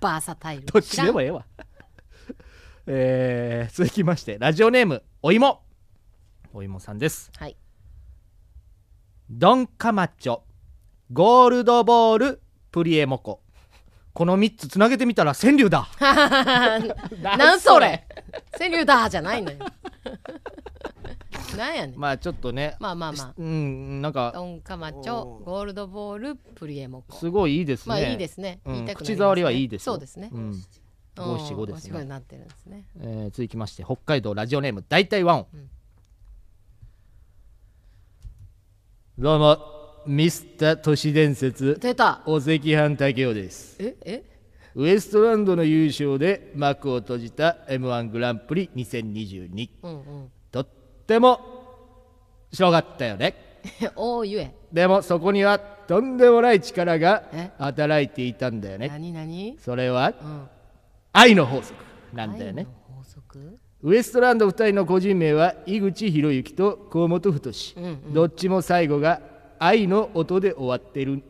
バーサタイルどっちでもええわえー、続きましてラジオネームお芋お芋さんですはいドン・カマチョゴールドボールプリエモコこの3つつなげてみたら川柳だ なんそれ川柳だじゃないのよなんやねんままあちょっとね、あまあまあうんなんかドンカマチョゴールドボールプリエモコすごいいいですねまあいいですねうん言いたくなりますね口触りはいいですよそうですねうん五七五ですすよごいなってるんですねえー続きまして北海道ラジオネーム大体ワン、うんどうもミスター都市伝説出たお赤飯武雄ですええ ウエストランドの優勝で幕を閉じた m 1グランプリ2022うんうんとっても白かったよねおうゆえでもそこにはとんでもない力がえ働いていたんだよね何何それはうん愛の法則なんだよね愛の法則ウエストランド2人の個人名は井口博之と河本太志、うんうどっちも最後が愛の音で終わってるん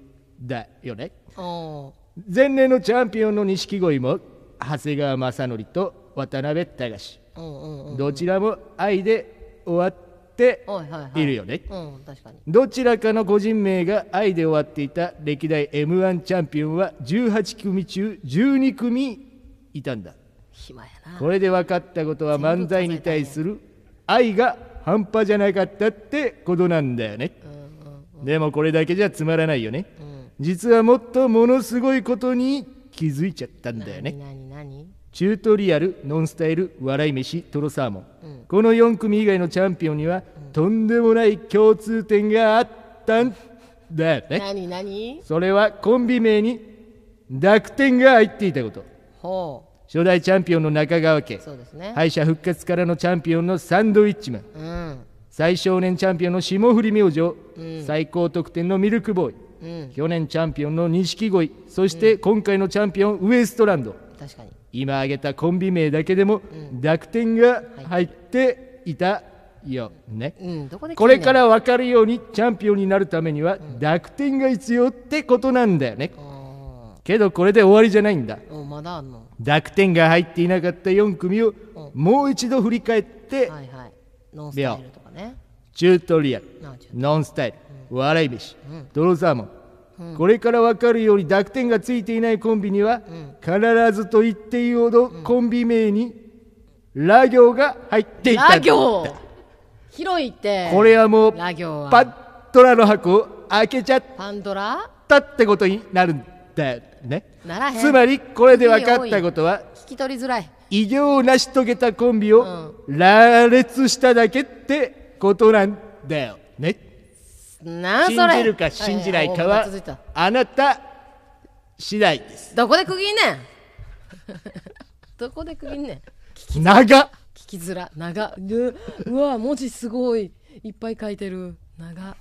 だよねお前年のチャンピオンの錦鯉も長谷川雅則と渡辺隆ううんうんうんどちらも愛で終わっておいはいはいいるよね、うん確かにどちらかの個人名が愛で終わっていた歴代 m 1チャンピオンは18組中12組いたんだ暇やなこれで分かったことは漫才に対する愛が半端じゃなかったってことなんだよね、でもこれだけじゃつまらないよね、実はもっとものすごいことに気づいちゃったんだよね何何チュートリアル、ノンスタイル、笑い飯、トロサーモン、この4組以外のチャンピオンには、とんでもない共通点があったんだよね。何何何それはコンビ名に濁点が入っていたこと。ほ初代チャンピオンの中川家う、そうですねい敗者復活からのチャンピオンのサンドウィッチマン、うん最少年チャンピオンの霜降り明星、最高得点のミルクボーイ、うん去年チャンピオンの錦鯉、そして今回のチャンピオン、ウエストランド。確かに今挙げたコンビ名だけでも濁点が入っていたよね。うんどこで聞いてんねこれんから分かるようにチャンピオンになるためには濁点が必要ってことなんだよね。うんけどこれで終わりじゃないんだ。おまだあんの濁点が入っていなかった4組をもう一度振り返ってはいはいノンスタイルとかねチュートリアル、なんちゅうノンスタイル、笑い飯、泥サーモン。これから分かるように濁点がついていないコンビには必ずと言っていいほどコンビ名にラ行が入っていたんだ。ラ行広いってこれはもうラ行はパッドラの箱を開けちゃっパンドラたってことになるんだよね。ならへんつまりこれで分かったことは聞き取りづらい偉業を成し遂げたコンビをう羅列しただけってことなんだよねなあそ信れじるか信じないかははいはいはいおまた続いたあなた次第ですどこで区切んねん どこで区切んねん聞長っきづら長ううわ文字すごいいっぱい書いてる長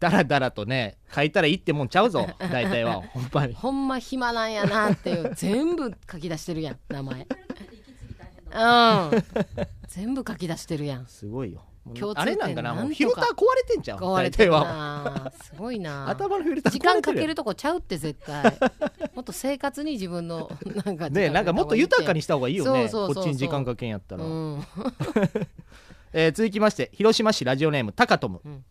だらだらとね書いたらいいってもんちゃう ぞ大体はほんまにほんま暇なんやなっていう全部書き出してるやん名前うん全部書き出してるやんすごいよもう共通点あれなんかなもなうんとフかィルター壊れてんじゃん壊れ大て体るはなすごいな頭のフィルター時間壊かれてけるるとこちゃうって絶対もっと生活に自分のなんか時間かけた方がいいってねなんかもっと豊かにした方がいいよねそうこそうそうそうっちに時間かけんやったらうんえー続きまして広島市ラジオネームタカトム、うん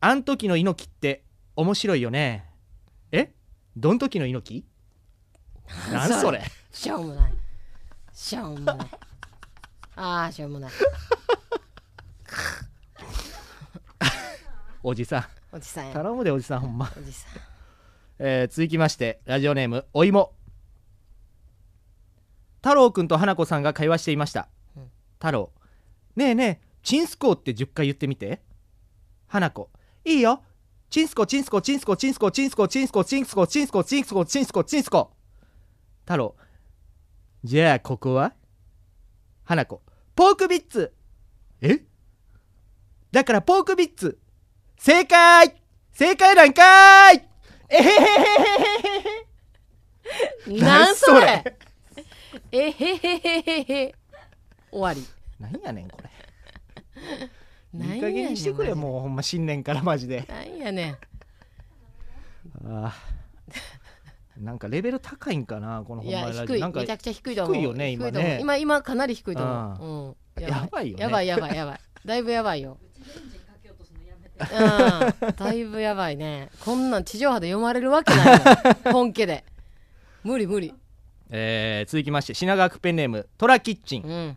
あん時の猪木って面白いよねえどん時の猪木なんそれしょうもないしょうもないああしょうもないおじさおじさんんや頼むでおじさんほんま、おじさんえー続きましてラジオネームおいも太郎くんと花子さんが会話していました、うん太郎ねえねえチンスコーって10回言ってみて花子いいよチンスコチンスコチンスコチンスコチンスコチンスコチンスコチンスコチンスコチンスコチンスコ太郎じゃあここは花子ポークビッツえだからポークビッツ正解正解なんかーいえへへへへへへなんそ何れえへへへへへ終わりなんやねんこれなんいいや加ねん減にしてくれマジでもうほんま新年からマジでなんやねんあーなんかレベル高いんかなこのほいんまやラジ低オいなんかめちゃくちゃ低いと思う低いよね今ね低いと思う今今かなり低いと思う、うん、やばいよねやばいやばいやばいだいぶやば いようんだいぶやばいねこんなん地上波で読まれるわけない もん本家で無理無理えー続きまして品川区ペンネームトラキッチンうん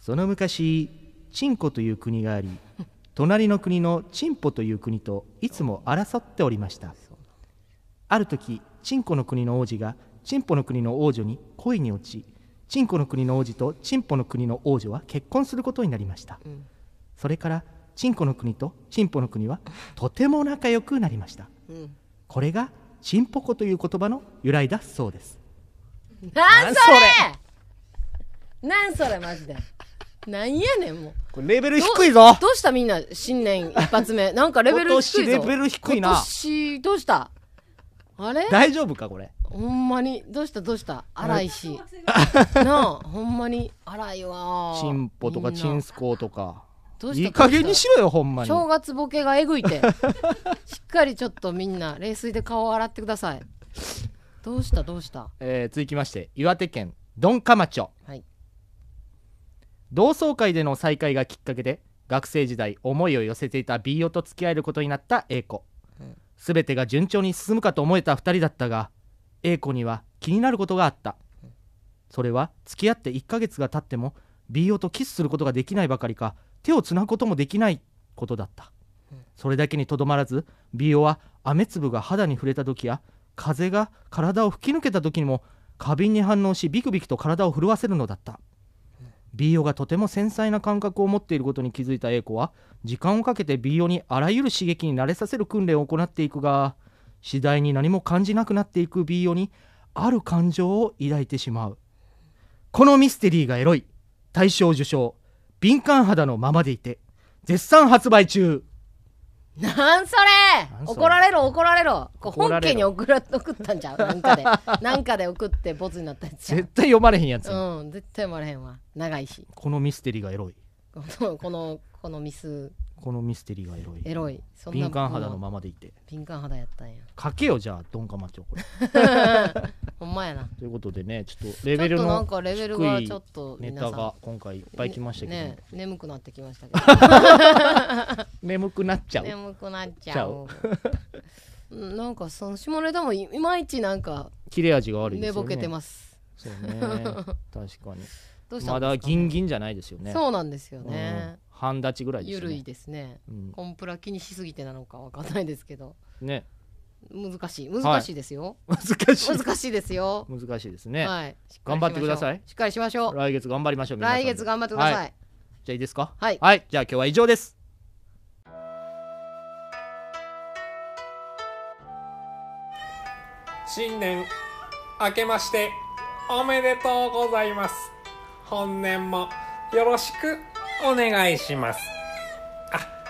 その昔チンコという国があり隣の国のチンポという国といつも争っておりましたある時チンコの国の王子がチンポの国の王女に恋に落ちチンコの国の王子とチンポの国の王女は結婚することになりました、それからチンコの国とチンポの国はとても仲良くなりましたうんこれがチンポコという言葉の由来だそうですなんそなんれなんそれマジでなんやねんもうこれレベルど低いぞどうしたみんな新年一 発目なんかレベル低いぞ今年レベル低いな今年どうしたあれ大丈夫かこれほんまにどうしたどうした荒 いしなあほんまに荒いわチンポとかチンスコとかどうしたいい加減にしどろよほんまうにした正月ボケがえぐ いてしっかりちょっとみんな冷水で顔を洗ってくださいどうしたどうしたえー続きまして岩手県ドンカマチョはい同窓会での再会がきっかけで学生時代思いを寄せていた B 男と付き合えることになった A 子全てが順調に進むかと思えた2人だったが A 子には気になることがあったそれは付き合って1ヶ月が経っても B 男とキスすることができないばかりか手をつなぐこともできないことだったそれだけにとどまらず B 男は雨粒が肌に触れた時や風が体を吹き抜けた時にも過敏に反応しビクビクと体を震わせるのだった B オがとても繊細な感覚を持っていることに気づいた A 子は時間をかけて B オにあらゆる刺激に慣れさせる訓練を行っていくが次第に何も感じなくなっていく B オにある感情を抱いてしまうこのミステリーがエロい大賞受賞敏感肌のままでいて絶賛発売中なんそれなんそれ怒られろ怒られろこう怒られ本ろ家に送ら送ったんじゃんなんかでなんかで送ってボツになったやつじゃん絶対読まれへんやつ、うん絶対生まれへんわ長いしこのミステリーがエロいこの このこのミスこのミステリーがエロいエロいそんな敏感肌のもままでいてう敏感肌やったんやかけよじゃあドンカマチョこれほんまやなということでねちょっとレベルちょっとなのんかレベルが低いちょっとネ皆タさんが今回いっぱい来ましたけど、ね眠くなってきましたけ眠くなっ ちゃう、ど眠くなっちゃううん なんかその下ネタもいいまいちなんか切れ味が悪いですよ寝ねぼけてますそうね確か にどうしたまんですかだギンギンじゃないですよねそうなんですようんね半立ちぐらいですゆよるねいですねうんコンプラ気にしすぎてなのかわかんないですけどね 難しい難しいですよ、難しい難しいですよ、難しいですね、はいしっかりしましょう頑張ってくださいしっかりしましょう来月頑張りましょう皆さん来で月頑張ってください、はじゃあいいですかはいじゃあ今日は以上です新年明けましておめでとうございます本年もよろしくお願いします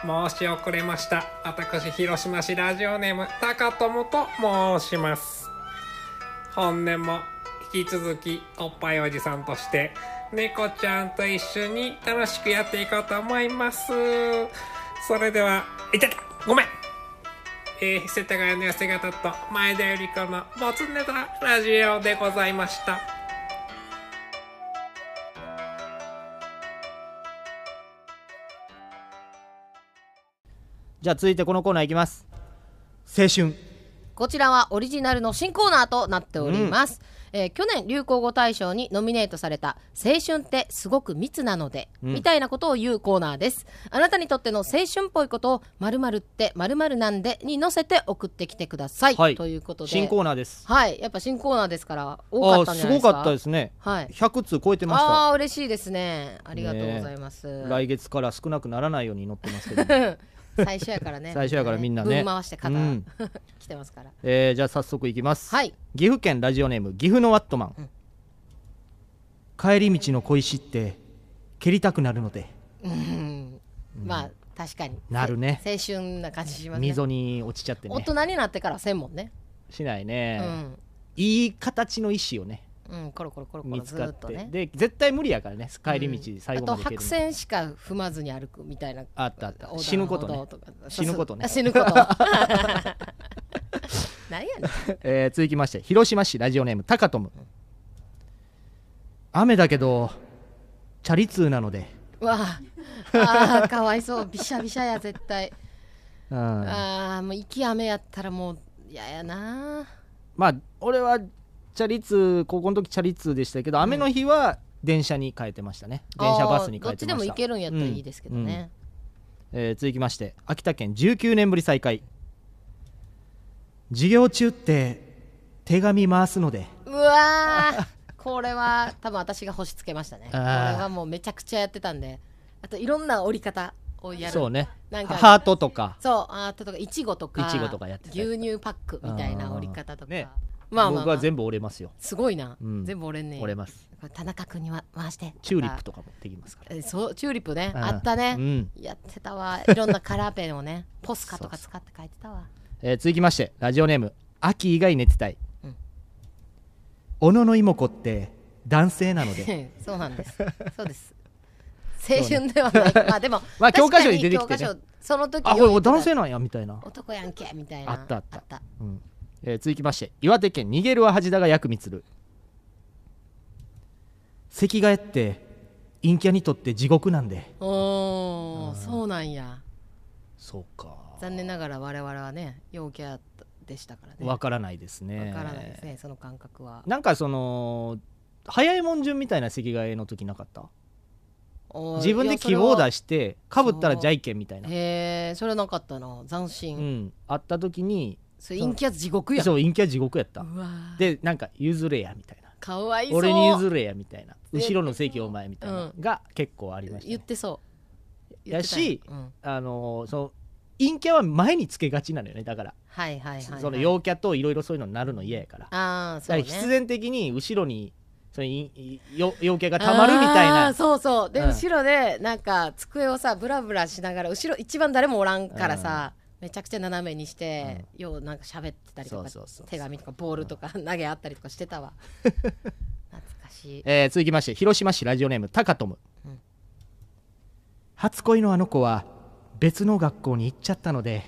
あ申し遅れました私広島市ラジオネームタカトムと申します本年も引き続きおっぱいおじさんとして猫ちゃんと一緒に楽しくやっていこうと思いますそれではいててごめんえー、世田谷の痩せ方と前田由里子のボツネタラジオでございました。じゃあ続いてこのコーナーいきます青春こちらはオリジナルの新コーナーとなっております、えー去年流行語大賞にノミネートされた「青春ってすごく密なので」みたいなことを言うコーナーですあなたにとっての青春っぽいことを「〇〇って〇〇なんで」に載せて送ってきてください、ということで新コーナーですはいやっぱ新コーナーですから多かったんじゃないあーですすかごかったですねはい100通超えてましたああー嬉しいですねありがとうございます、来月から少なくならないように祈ってますけど、 最初やからね最初やからみんなねぶん回して肩、うん 来てますからえー、じゃあ早速いきます、はい岐阜県ラジオネーム岐阜のワットマン、帰り道の小石って蹴りたくなるのでまあ確かになるねせ青春な感じしますね溝に落ちちゃって大ね人になってからせんもんね、しないね、いい形の石をねうん、うん、コロコロコロコロ見つずかーっ、ってとねで絶対無理やからね帰り道最あ後まとで蹴る白線しか踏まずに歩くみたいなあったあった横断死ぬことね歩道か死ぬことねそう そうあ死ぬこと 何やねん えー続きまして広島市ラジオネームタカトム雨だけどチャリ通なので、うわああーかわいそうびしゃびしゃや絶対うん、ああもう息雨やったらもう嫌やなーまあ俺はチャリ通高校の時チャリ通でしたけど雨の日は電車に変えてましたね、電車バスに変えてましたあーどっちでも行けるんやったらいいですけどうんうんね、えー続きまして秋田県19年ぶり再開授業中って手紙回すのでうわーこれは多分私が星つけましたねこあれーはもうめちゃくちゃやってたんであといろんな折り方をやるそうねなんかハートとかそうあー例えばいちごとかいちごとかやってたり牛乳パックみたいな折り方とあか、ーねまあまあ、僕まはあ、全部折れますよすごいな、うん全部折れんね折れますこれ田中君には回してチューリップとかとかもできますからえそうチューリップねうんあったね、うんやってたわいろんなカラーペンをねポスカとか使って書いてたわえー続きましてラジオネーム秋以外寝てたい、うん小野の妹子って男性なの でそうなん です。そうです。青春ではない。まあでも、 まあ確かに教科書に出てきてね教科書その時あこよれり俺男性なんやみたいな、男やんけみたいな。あったあったうんえー続きまして岩手県逃げるは恥だが薬味つる席替えって陰キャにとって地獄なんでおーそうなんや。そうか残念ながら我々はね、陽キャでしたからね。わからないですねわからないですね、その感覚は。なんかその早いもん順みたいな席替えの時なかった自分で希望を出ししてかぶったらじゃいけんみたいなへえ、それなかったな。斬う新。んあった時にそれ陰キャ地獄やん。そうう陰キャ地獄やったわーでなんか譲れやみたいなかわいそう。俺に譲れやみたいな後ろの席お前みたいな、うが結構ありました、言ねっ、てそう。言やってたよしうんあのーその陰キャは前につけがちなのよねだから、はいはいはいはい。その陽キャといろいろそういうのになるの嫌やからああ、だそかうらね。必然的に後ろにそのいいよ陽キャがたまるみたいあーなそうそうで、うん後ろでなんか机をさブラブラしながら後ろ一番誰もおらんからさ、めちゃくちゃ斜めにして、ようなんか喋ってたりとそうそかうそうそう手紙とかボールとか、投げ合ったりとかして たわ懐かしいえー続きまして広島市ラジオネームタカトム、初恋のあの子は別の学校に行っちゃったので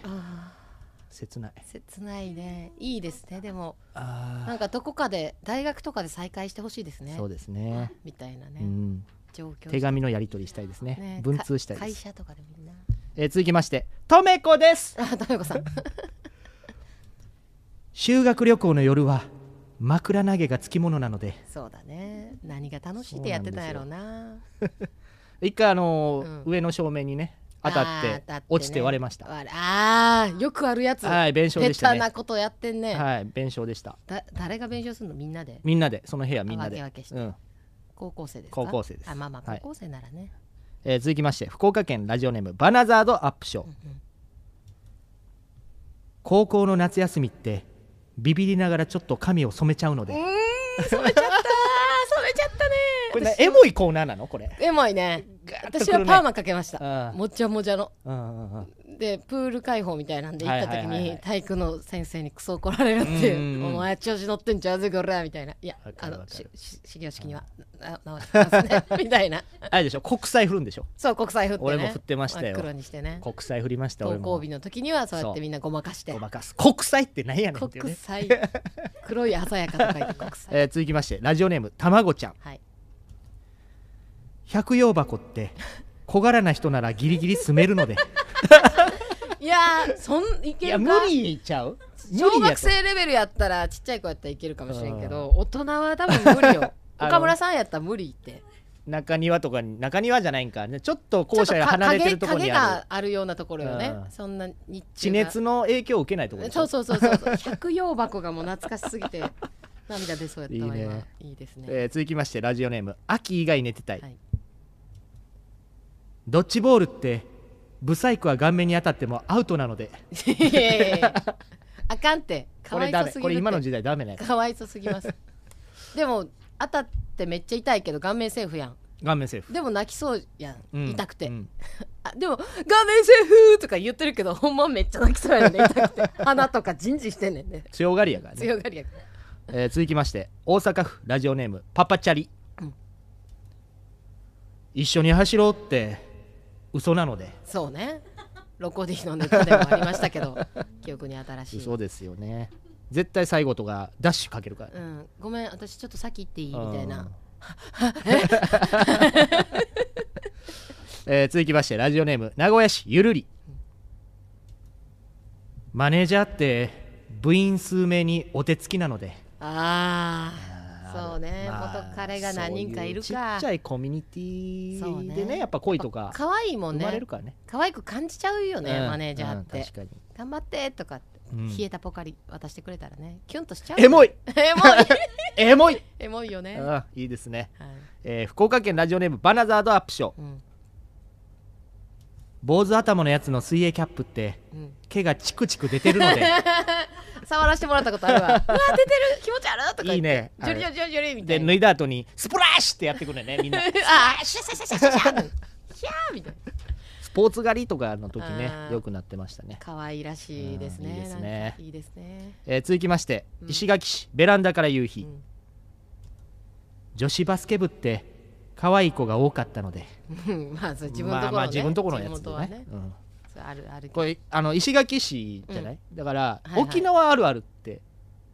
切ない切ないねいいですねでもあなんかどこかで大学とかで再会してほしいですあねそうですね、みたいなね、うん、状況手紙のやり取りしたいですねね文通したいかで会す、社とかでみんなえー続きましてとめこですあとめこさ ん修学旅行の夜は枕投げがつきものなのでそうだね何が楽しいってやってたんやろうな一回あのーう上の照明にね当たっあーて当たってね落ちて割れましたわあーよくあるやつ、はい弁償で下した手ねなことやってんね、はい弁償でしただ誰が弁償するのみんなでみんなでその部屋みんなであ分け分けしてうん高校生ですか高校生ですあまあまあは高い校生ならね、えー続きまして福岡県ラジオネームバナザードアップショー、高校の夏休みってビビりながらちょっと髪を染めちゃうので染めちゃったー染めちゃったねこれなエモいコーナーなのこれエモいねガーッとくるね私はパーマかけましたあーもちゃもちゃのうんうんうんでプール開放みたいなんで行はいっはたいはい時はいに体育の先生にクソ怒られるってうんうんいううんお前調子乗ってんちゃうぜこらみたいないやわかあるわのかしるし始業式にはな直してますね みたいなあれでしょ国際振るんでしょそう国際振ってね俺も振ってましたよ真っ黒にしてね国際振りました俺登校も日の時にはそうやってみんなごまかしてごまかす国際ってなんやねんっていう国ね、際黒い鮮やかとか言って国際 えー続きましてラジオネームたまごちゃんはい百葉箱って小柄な人ならギリギリ住めるの でいやーそんいいけやる無か理ちゃう無理やと小学生レベルやったらちっちゃい子やったらいけるかもしれんけど大人は多分無理よ あの岡村さんやったら無理って中庭とかに中庭じゃないんかねちょっとちょ校っと舎かが離れてるところに影あるがあるようなところよね、うんそんな日地中が熱の影響を受けないところでしょそうそうそうそう そう百葉箱がもう懐かしすぎて涙出そうやったわ いい今いい,、ねですね、 えー続きましてラジオネーム秋以外寝てたい、はいドッジボールってブサイクは顔面に当たってもアウトなのでいやいやいやあかんってかこわれいダそメすぎるこれ今のって時代ダメねかわいそすぎ ますでも当たってめっちゃ痛いけど顔面セーフやん顔面セーフ、でも泣きそうやん、うん痛くて、うんあでも顔面セーフとか言ってるけどほんまめっちゃ泣きそ うやねん痛くて鼻とかジンジンしてんねんね強がりやからね強がりやからえー続きまして大阪府ラジオネームパパチャリ、うん一緒に走ろうって嘘なのでそうね。ロコディのネタでもありました けど、記憶に新しい。嘘ですよね絶対最後とかダッシュかけるから、うん、ごめん、私ちょっと先行っていいみたいな。えー続きましてラジオネーム名古屋市ゆるりマネージャーって部員数名にお手つきなのでああ、そうね、まあ元彼が何人かいるそういうちか。っちゃいコミュニティでそうねねやっぱ恋とか可愛いもん生まれねる。からね可愛く感じちゃうよね、うんマネージャーって。うん確かに頑張ってとかって、うん冷えたポカリ渡してくれたらね、キュンとしちゃう。エモい。い エエモい。モいエモいよね。はあいいですね、い。えー福岡県ラジオネームバナザードアップショーうん。坊主頭のやつの水泳キャップってうん。毛がチクチク出てる ので触らせてもらったこ とあるわ。うわ、出てる、気持ち悪いとか言って。いいねジョリジョリジョリジョリみたでいな。脱いだ後にスプラッシュってやってくるよねみん なあーシャシャシャシャシャシャシャーみたいなスポーツ狩りとかの時ねあーよくなってましたね、可愛らしいですうねんいいですねなんかいいですね えー続きまして、うん石垣市ベランダから夕日、うん女子バスケ部って可愛い子が多かったのでうんまあそれ自分のまあところ、ねまあ自分のところのやつ地元ではねねうんそうあるあるこれあの石垣市じゃない、だから、はいはい沖縄あるあるって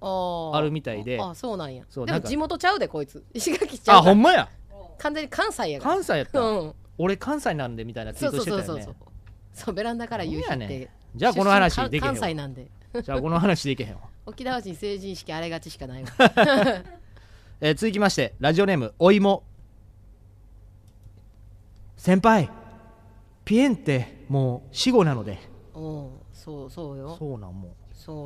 ああるみたいであそうなんやそうでなもんか地元ちゃうでこいつ石垣ちゃあうかほらんまや完全に関西やから関西やった、うん俺関西なんでみたいなツイそートうそしてうたよそうねそうそうそうベランダから夕日っほんまやてねじゃあこの話出できへん関西わなんでじゃあこの話できへん わ沖縄人成人式あれがちし かないわえー続きましてラジオネームおいも先輩ピエンってもう死後なのでおうそうそうよそうそうなんも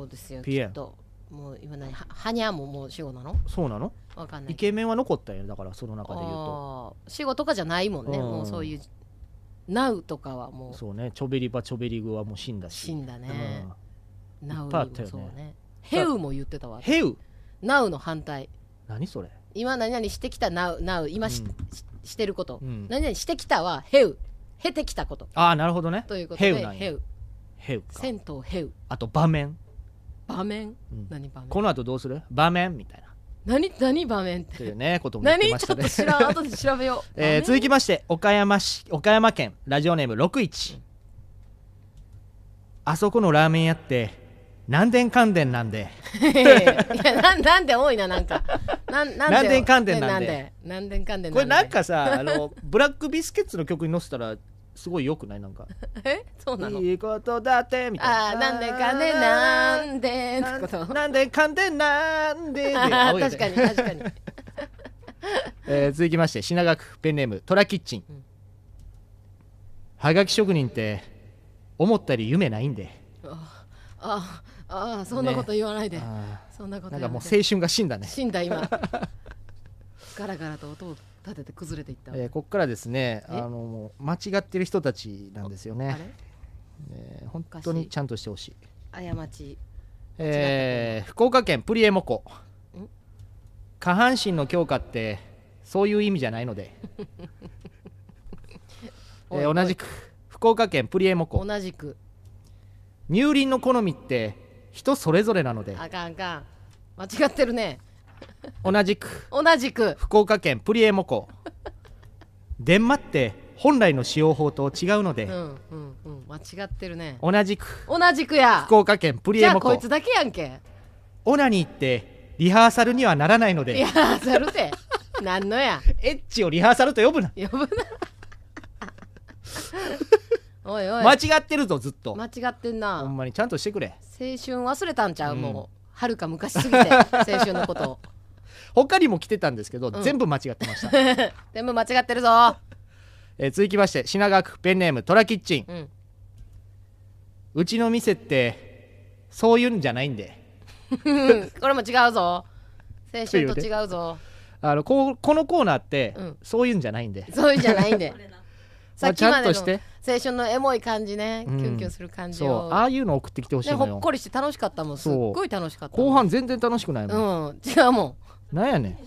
ですよピきエンっともう今何ははにゃももう死後なのうそうなのわかんないイけどケメンは残ったよねだからその中で言うとあー死後とかじゃないもんね、うんもうそういう「なう」とかはもうそうねちょべりばちょべりぐはもう死んだし死んだねうん「なう」いっぱいあったよねもそうね「へう」も言ってたわへう「なう」の反対何それ今何々してきた「なう」「なう」今し,し、してること、うん何々してきたは「へう」「へてきたことああなるほどね」ということへでうなんやう」へうか銭湯へう」あと場面場面、うん何場面この後どうする場面みたいな何何場面っとていうねことも言って何ましちょたっねと知らん 後で調べようえー場続面きまして岡山市岡山県ラジオネーム61、あそこのラーメン屋って南電関電なんで いやなんなんで多いななんかなんなんでなんでんかんでんなんでねなんでんかんでんこれでなんか さあのブラックビスケッツの曲に載せたらすごいよくないなんかえそうなのいいことだってみたいなあーなんでかねなんでなってことんなんで関電なん でであ青いーよね確かに確かにえー続きまして品川区ペンネームトラキッチン、はがき職人って思ったより夢ないんであああそんなこと言わないで、あそんなこーとなんか言わなもういで青春が死んだね、死ん だ今ガラガラと音を立てて崩れていった、えーこっからですねあえのもう間違ってる人たちなんですよあねれ、えー本当にちゃんとしてほしい過ちえー福岡県プリエモコん下半身の強化ってそういう意味じゃないので、えー おいおい同じく福岡県プリエモコ同じく乳輪の好みって人それぞれなのであかんあかん間違ってるね同じく同じく福岡県プリエモ コ電マって本来の使用法と違うのでう、んうんうん間違ってるね同じく同じくや福岡県プリじエゃあモこコいつだけやんけオナニーってリハーサルにはならないのいでやざるて なんのやエッチをリハーサルと呼ぶな呼 ぶなおいおい間違ってるぞずっと間違ってんなほ青んまにちゃんとしてくれ春忘れたんちゃう、うんもうはるか昔 すぎて青春のことを他にも来てたんですけど、うん全部間違ってました、 全部間違ってるぞえー続きまして品川区ペンネームトラキッチンうんうちの店ってそういうんじゃないんでうんこれも違うぞ青春と違うぞあのこうこのコーナーって、うんそういうんじゃないんでそういうんじゃないんでさっきまちゃでんとのして青春のエモい感じね、うんキュンキュンする感じそうをああいうの送ってきてほしいね、のほっよこりして楽しかったもんすそっうごい楽しかったもん後半全然楽しくないもん、うん違うもなんやねん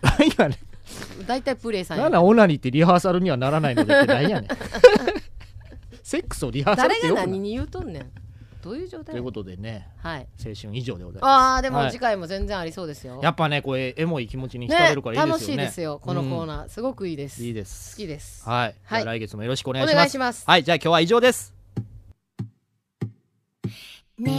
なんやねん大体プレイさんんなんやなんオナニーってリハーサルにはならないのでってなん やねんセックスをリハーサルっ誰てよがくない何に言うとんねんどういう状態ということでねはい青春以上でございますあーではもい次回も全然ありそうですよ、やっぱねこれエモい気持ちにね浸れるからいい楽ですよしねいですよこのコーナー、すごくいいでうすんいい好ですきですはい、はいじゃあ来月もよろしくおお願いしま願いすしますはいじゃあ今日は以上ですね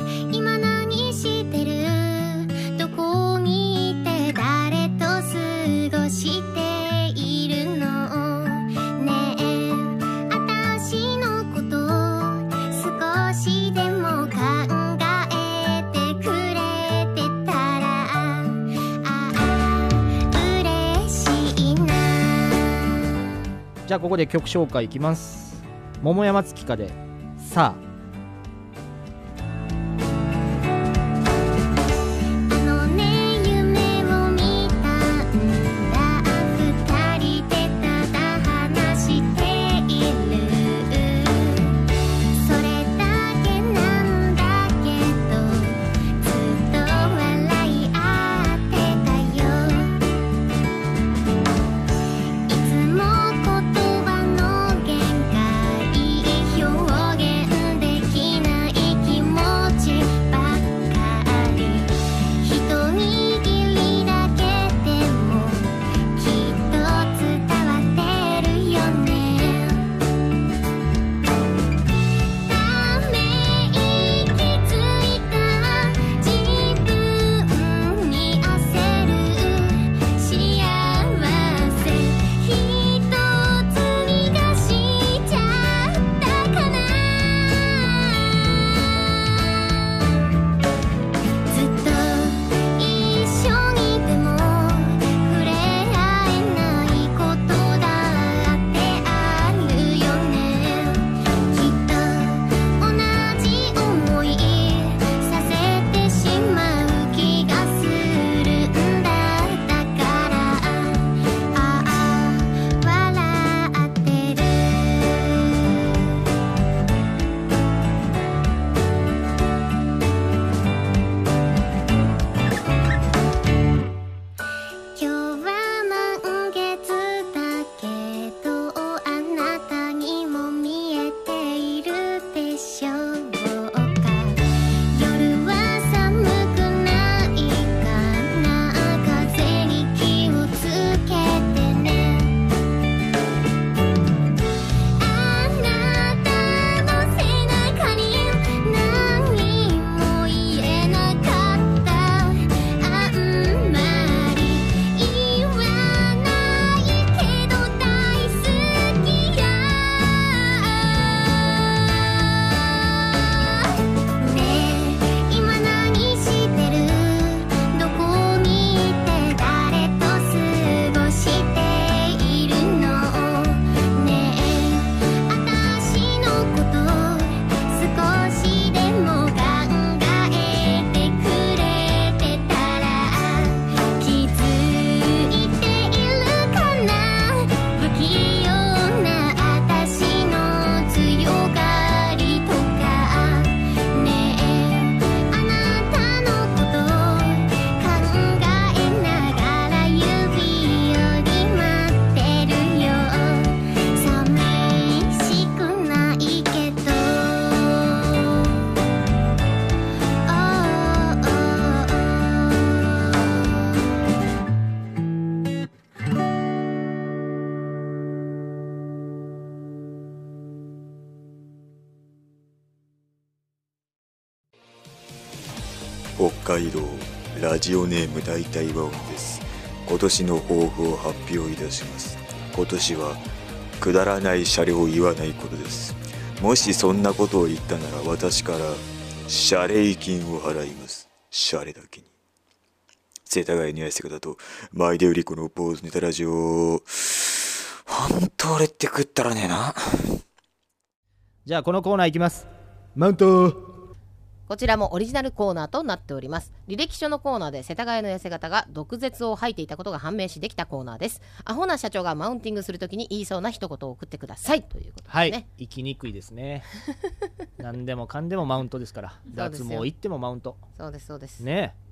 え今何してるどこにいて誰と過ごしているのねえ私のこと少しでも考えてくれてたらああ嬉しいなじゃあここで曲紹介いきます桃山月花でさああのね夢を見たんだ二人でただ話しているそれだけなんだけどずっと笑い合ってたよいつも言葉の限界表現で北海道ラジオネーム大体和音です今年の抱負を発表いたします今年はくだらない車両を言わないことですもしそんなことを言ったなら私から謝礼金を払います謝礼だけに世田谷に愛してくだと前で売り子のポーズネタラジオ本当俺って食ったらねえなじゃあこのコーナーいきますマウントこちらもオリジナルコーナーとなっております。履歴書のコーナーで世田谷の痩せ方が毒舌を吐いていたことが判明しできたコーナーです。アホな社長がマウンティングするときに言いそうな一言を送ってくださいということですね。はい、行きにくいです ね何でもかんでもマウントですからそうです脱よ毛行ってもマウントそうですそうです。ねえ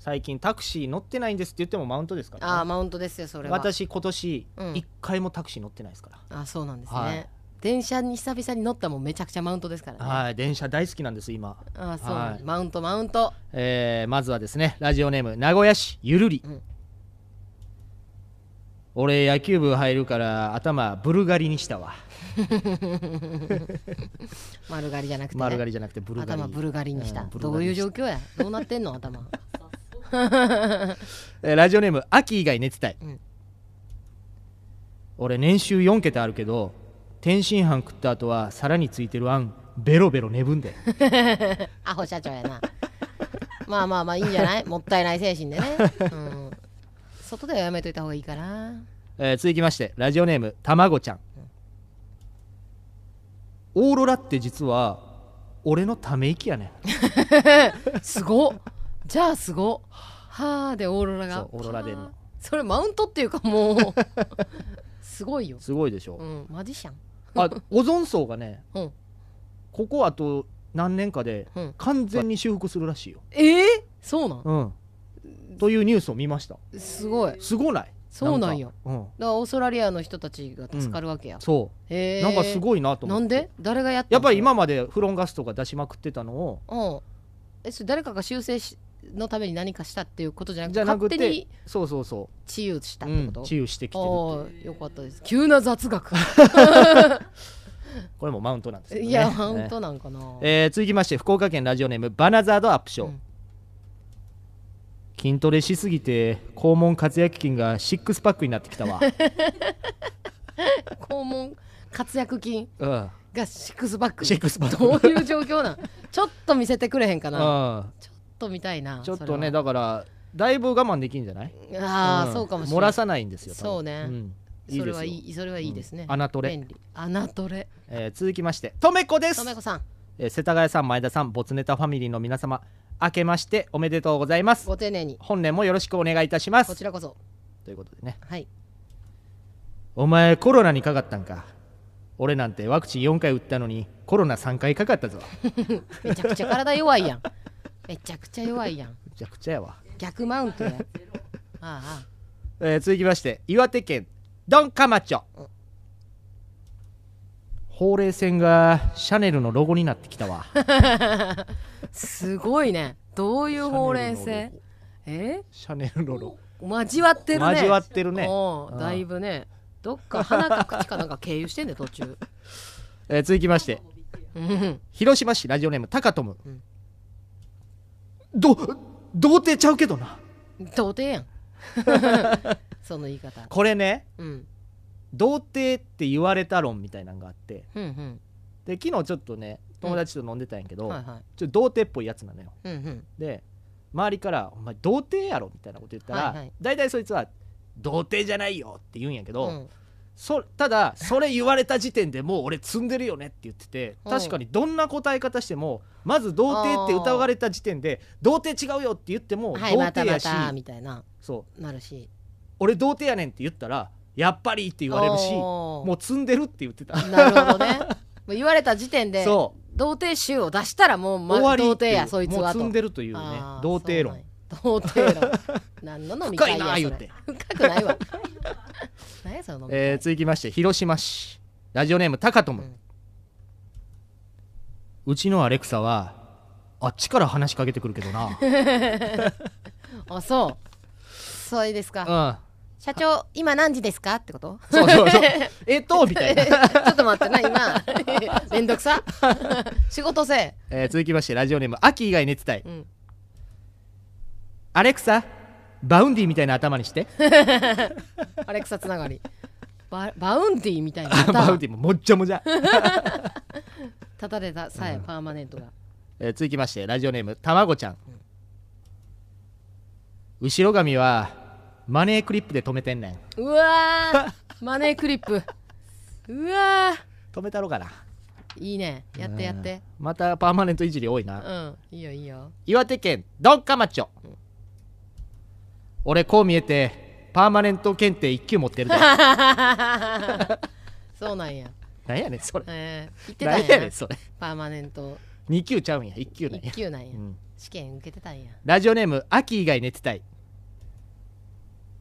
最近タクシー乗ってないんですって言ってもマウントですからね、ああマウントですよそれは。私今年うん一回もタクシー乗ってないですから、ああそうなんですね。はい電車に久々に乗ったもんめちゃくちゃマウントですからね。あはい電車大好きなんです今、あそうなんだ、はいマウントマウント。えーまずはですねラジオネーム名古屋市ゆるり、うん俺野球部入るから頭ブルガリにした わ丸刈りじゃなくて、ね。丸刈りじゃなくてブルガリ頭ブルガリにした、うんブルどガうリいにうした状況やどうなってんの頭えーラジオネーム秋以外寝てたい、うん俺年収4桁あるけど天津飯食った後は皿についてるあんベロベロ寝ぶんでアホ社長やな まあまあまあいいんじゃないもったいない精神 でね、うん、外ではやめといた方がいいかなえー続きましてラジオネームたまごちゃん、オーロラって実は俺のため息やねんすごっじゃあすごっはあでオーロラがそうオーロラ出んのはあそれマウントっていうかもうすごいよ、すごいでしょ、うん、マジシャンあオゾン層がねうんここあと何年かでうん完全に修復するらしいよ、えー、そうなんうん、というニュースを見ましたすごいだかすごないそうなんやかうん、らオーストラリアの人たちが助かるわけや、そへうえなんかすごいなと思なってんで誰がやったのやっぱり今までフロンガスとか出しまくってたのをうん、えそれ誰かが修正しのために何かしたっていうことじゃなくじてゃなく勝手にてそうそうそ治癒したう、っうてんこと、、治癒してきてるってああよかったです急な雑 学これもマウントなんですけど、ね、いや本ね当なんかな、えー続きまして福岡県ラジオネームバナザードアップショー、うん筋トレしすぎて肛門活躍筋がシックスパックになってき たわ、肛門活躍筋うん、がシックスパックシックスパックどういう状 況なんちょっと見せてくれへんかなうんちょっと見たいなちょっとそれねはだからだいぶ我慢できんじゃないああ、んそうかもしれ漏ならいさないんですよ多分そうねんいいでそれすよはいいそれはいいですね、うん穴トレ便利穴トレえー続きましてとめこですとめこさんえー世田谷さん前田さんボツネタファミリーの皆様明けましておめでとうございますご丁寧に本年もよろしくお願いいたしまこすちらこそということでねはいお前コロナにかかったんか俺なんてワクチン4回打ったのにコロナ3回かかったぞめめちゃくちゃ体弱いやん めちゃくちゃ弱いやんちゃくちゃやわ、逆マウントや。ああえー続きまして岩手県ドンカマチョほうれい線がシャネルのロゴになってきたわすごいね。どういうほうれい線え シャネルのロゴ交わってる ね。交わってるねおううんだいぶね。どっか鼻か口かなんか経由してんね途中。えー続きましてうん広島市ラジオネームタカトム、ど童貞ちゃうけどな童 貞やん。その言い方。これねうん。童貞って言われた論みたいなのがあってうんで昨日ちょっとね友達と飲んでたんやけうど、ん。はいはい。ちょっと童貞っぽいやつなのようんうん。で周りから「お前童貞やろ」みたいなこと言ったら、はいはい大体そいつは「童貞じゃないよ」って言うんやけど、うんそただそれ言われた時点でもう俺積んでるよねって言っててうん確かにどんな答え方してもまず童貞って疑われた時点で「童貞違うよ」って言っても童はい、また貞まやし、たみたいな。そうなるし。俺童貞やねんって言ったら「やっぱり」って言われるしもおーう積んでるって言ってた。なるほ どね。もう言われた時点で、そう童貞集を出したらもう、ま、終わり童って貞いうや、そいつはもうと。積んでるというねあー童貞論そうなんや童 貞論何の飲み会や深いなそれ言深く ないわ何やその飲み会、えー続きまして広島市ラジオネームタカトム、うんうちのアレクサはあっちから話しかけてくるけど なあそうそうですかうん社長今何時ですかってことそうそう そうえっとみたいな、ちょっと待ってな今めんどくさ 仕事せええー続きましてラジオネーム秋以外寝てたい、うんアレクサバウンディみたいな頭に してアレクサつながりババウンディみたいなバウンディももっちゃもじゃ、立たれたさえパーマネントが、えー続きましてラジオネームたまごちゃん後ろ髪はマネークリップで止めてんねんうわーマネークリップうわ止めたろかなーいいねやってやってまたパーマネントいじり多いな、うんいいよい いよ岩手県ドンカマチョ俺こう見えてパーマネント検定1級持ってる でそうなんやなんやねんそれえー、言ってたん何ややなねんそれパーマネント2級ちゃうんや1級なんや1級なんや、ん試験受けてたんやラジオネーム秋以外寝てたい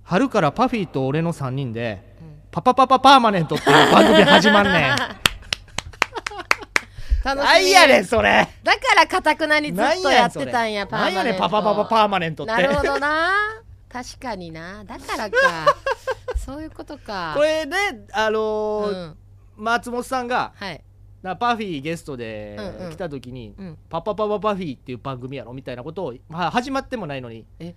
春からパフィーと俺の3人で、パパパパパーマネントって いう番組始まんねん楽し何みやねんそれだからかたくなにず何っとやってたんやパーなマんネントやねんパパパパパーマネントってなるほどな確かになだか らかそういうことかこれであのうーん、松本さんがはいなパフィーゲストでうんうん来た時にうん「パパパパパフィー」っていう番組やろみたいなことをまあ始まってもないのにそへ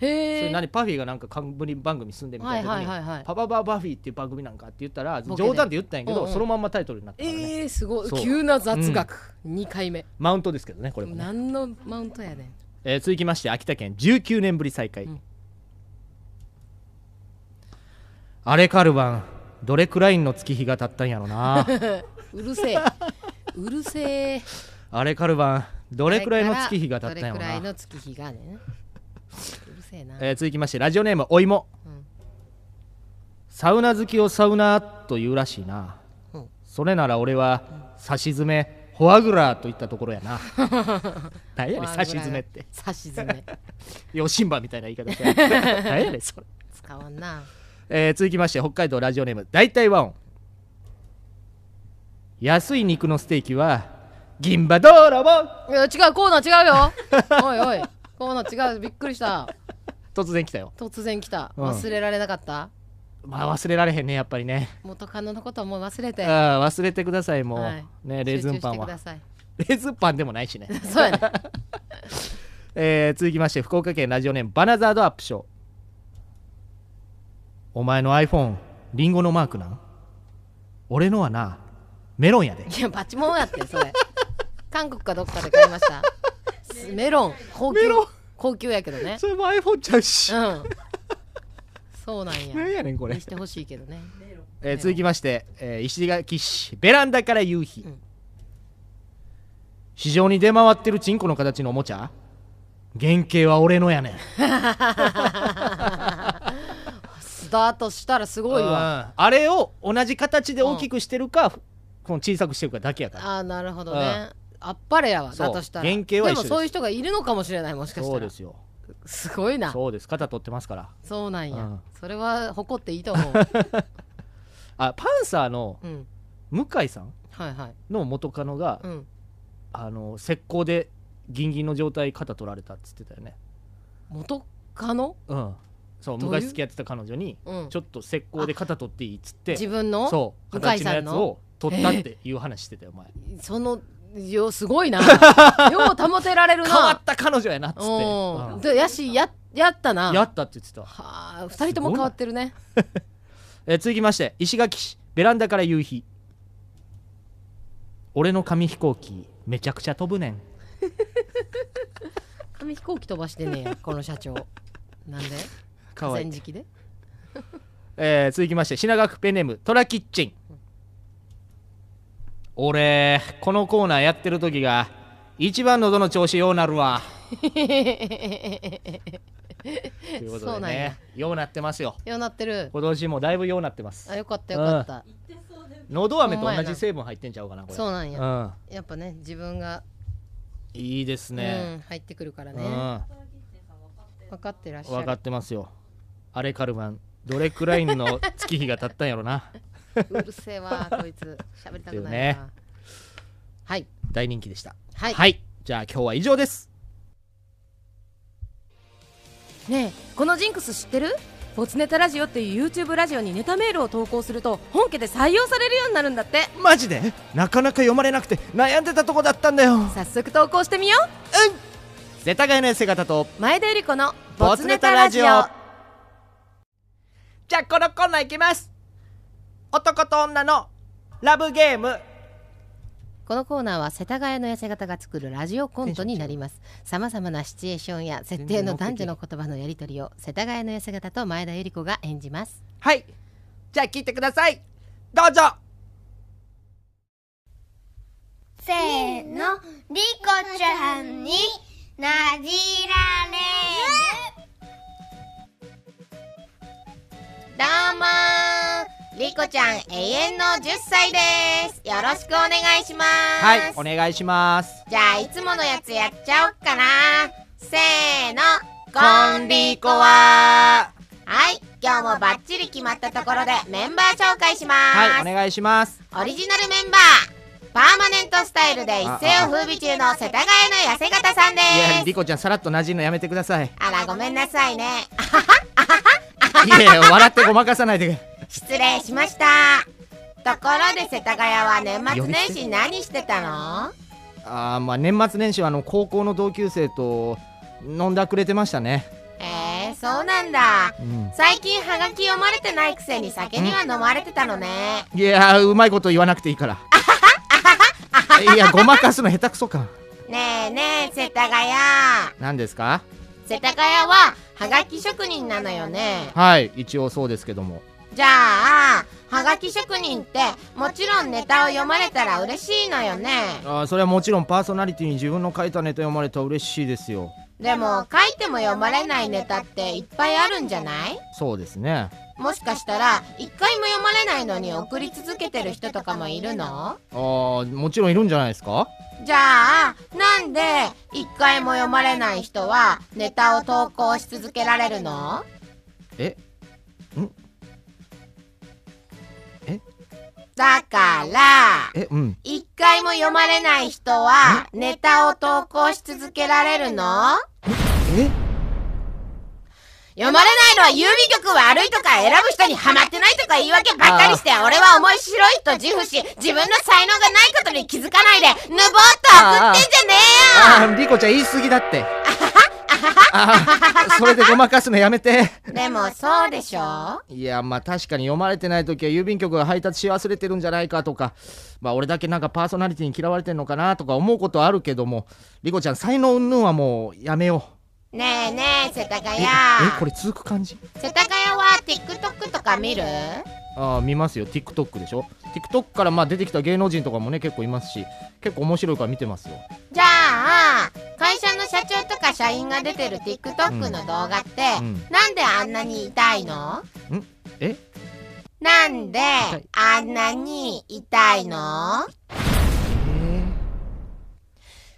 れえ何パフィーがなんか冠番組住んでみたいなは時いはいはいはに「いパパパパフィー」っていう番組なんかって言ったらボケで冗談で言ったんやけうんどうんそのまんまタイトルになったからねえー、すごいそう急な雑学、二2回目マウントですけどねこれもね何のマウントやねんえー続きまして秋田県19年ぶり再開うんあれカルバンどれくらいの月日が経ったんやろ なう るせえうるせえあれカルバンどこれくらいの月日が経ったんやどれろくらいなの月日がねうるせえな、えー続きましてラジオネームおいも、うんサウナ好きをサウナーと言うらしいな、うんそれなら俺はさし詰めフォアグラーといったところや な何やねんさし詰めって差し詰 めヨシンバみたいな言い方して何やねん それ、使わんなえー続きまして北海道ラジオネーム大体和音安い肉のステーキは銀歯泥棒いや違うコーナー違うよおいおいコーナー違うびっくりした突然来たよ突然来たうん忘れられなかった、まあ忘れられへんねやっぱりね元カノのことはもう忘れあて、ー忘れてくださいもう、はいねレーズンパン集中してくはださいレーズンパンでもないしねそうやねえー続きまして福岡県ラジオネームバナザードアップショーお前の iPhone リンゴのマークなん俺のはなメロンやでいやバチモンやってそれ韓国かどっかで買いま したすメロン高級メロン高級やけどねそれも iPhone ちゃう しうんそうなんや何やねんこれにし、てほしいけどねえー続きまして、えー石垣市ベランダから夕日、ん市場に出回ってるチンコの形のおもちゃ原型は俺のやねんだとしたらすごいわうんあれを同じ形で大きくしてるか、この小さくしてるかだけやからああなるほどねあっぱれやわそうだとしたら原型は一緒ですでもそういう人がいるのかもしれないもしかしそたうらですよすごいなそうです肩取ってますからそうなんうやんそれは誇っていいと思うあパンサーの うん向井さんはいはいの元カノが、うんあの石膏でギンギンの状態肩取られたっつってたよね元カノうんそうどういう昔付き合ってた彼女に、うんちょっと石膏で肩取っていいっつって自分のそう向井形のさやんつのを取ったっていう話してたよお前そのよすごいな よう保てられる変わなった彼女やなっつって、ううんんでやしややったなやったって言ってたわはあ2人とも変わってるねえー続きまして石垣市ベランダから夕日俺の紙飛行機めちゃくちゃ飛ぶねん紙飛行機飛ばし てねえやこの社長なんでか河わいい川敷でえー続きまして品川区ペンネームトラキッチン俺このコーナーやってる時が一番喉の調子ようなる わということそでうなんやねようなってますよようなってる今年もだいぶようなってますあよかったよかった喉飴とほんまや同なじ成分入ってんちゃうかなこれそうなんやんやっぱね自分が、いいですうね、ん、入ってくるからうんね分かってらっしゃ分かっるてますよあれカルマンどれくらいの月日が経ったんやろなうるせえわこいつ喋りたくないな、だよねはい大人気でしたはい、はい、じゃあ今日は以上ですねえこのジンクス知ってるボツネタラジオっていう YouTube ラジオにネタメールを投稿すると本家で採用されるようになるんだってマジでなかなか読まれなくて悩んでたとこだったんだよ早速投稿してみよう世田谷の痩せ方と前田由里子のボツネタラジオじゃあこのコーナーいきます男と女のラブゲームこのコーナーは世田谷の痩せ方が作るラジオコントになりますさまざまなシチュエーションや設定の男女の言葉のやり取りを世田谷の痩せ方と前田由里子が演じますはいじゃあ聞いてくださいどうぞせーの、リコちゃんになじられる。どうもりこちゃん永遠の10歳ですよろしくお願いしまはいお願いしますじゃあいつものやつやっちゃおっかなせーのははい今日もバッチリ決まったところでメンバー紹介しまはいおす、願いしますオリジナルメンバーパーマネントスタイルで一世を風靡中の世田谷の痩せ方さんでいやすリコちゃんさらっとなじるのやめてくださいあらごめんなさいねあいやいや笑ってごまかさないで失礼しましたところで世田谷は年末年始何してたのあーまあ年末年始はあの高校の同級生と飲んだくれてましたねえー、そうなんだうん最近ハガキ読まれてないくせに酒には飲まれてたのねいやーうまいこと言わなくていいからいやごまかすの下手くそかねえねえ世田谷何ですか世田谷はハガキ職人なのよねはい一応そうですけどもじゃあハガキ職人ってもちろんネタを読まれたら嬉しいのよねあーそれはもちろんパーソナリティに自分の書いたネタ読まれたら嬉しいですよでも書いても読まれないネタっていっぱいあるんじゃないそうですねもしかしたら一回も読まれないのに送り続けてる人とかもいるのあーもちろんいるんじゃないですかじゃあなんで一回も読まれない人はネタを投稿し続けられるのえだからえうん一回も読まれない人はネタを投稿し続けられるのえ読まれないのは郵便局悪いとか選ぶ人にはまってないとか言い訳ばっかりして俺は面白いと自負し自分の才能がないことに気づかないでぬぼっと送ってんじゃねあーリコちゃん言い過ぎだってあーそれでごまかすのやめてえよでもそうでしょいやまあ確かに読まれてない時は郵便局が配達し忘れてるんじゃないかとかまあ俺だけなんかパーソナリティに嫌われてんのかなとか思うことはあるけどもリコちゃん才能云々はもうやめよねえねえ世田う谷ええこれ続く感じ世田谷は TikTok とか見るああ見ますよ TikTok でしょ TikTok からまあ出てきた芸能人とかもね結構いますし結構面白いから見てますよじゃあ会社の社長とか社員が出てる TikTok の動画って、うんなんであんなに痛いのえなんでいあんなに痛いの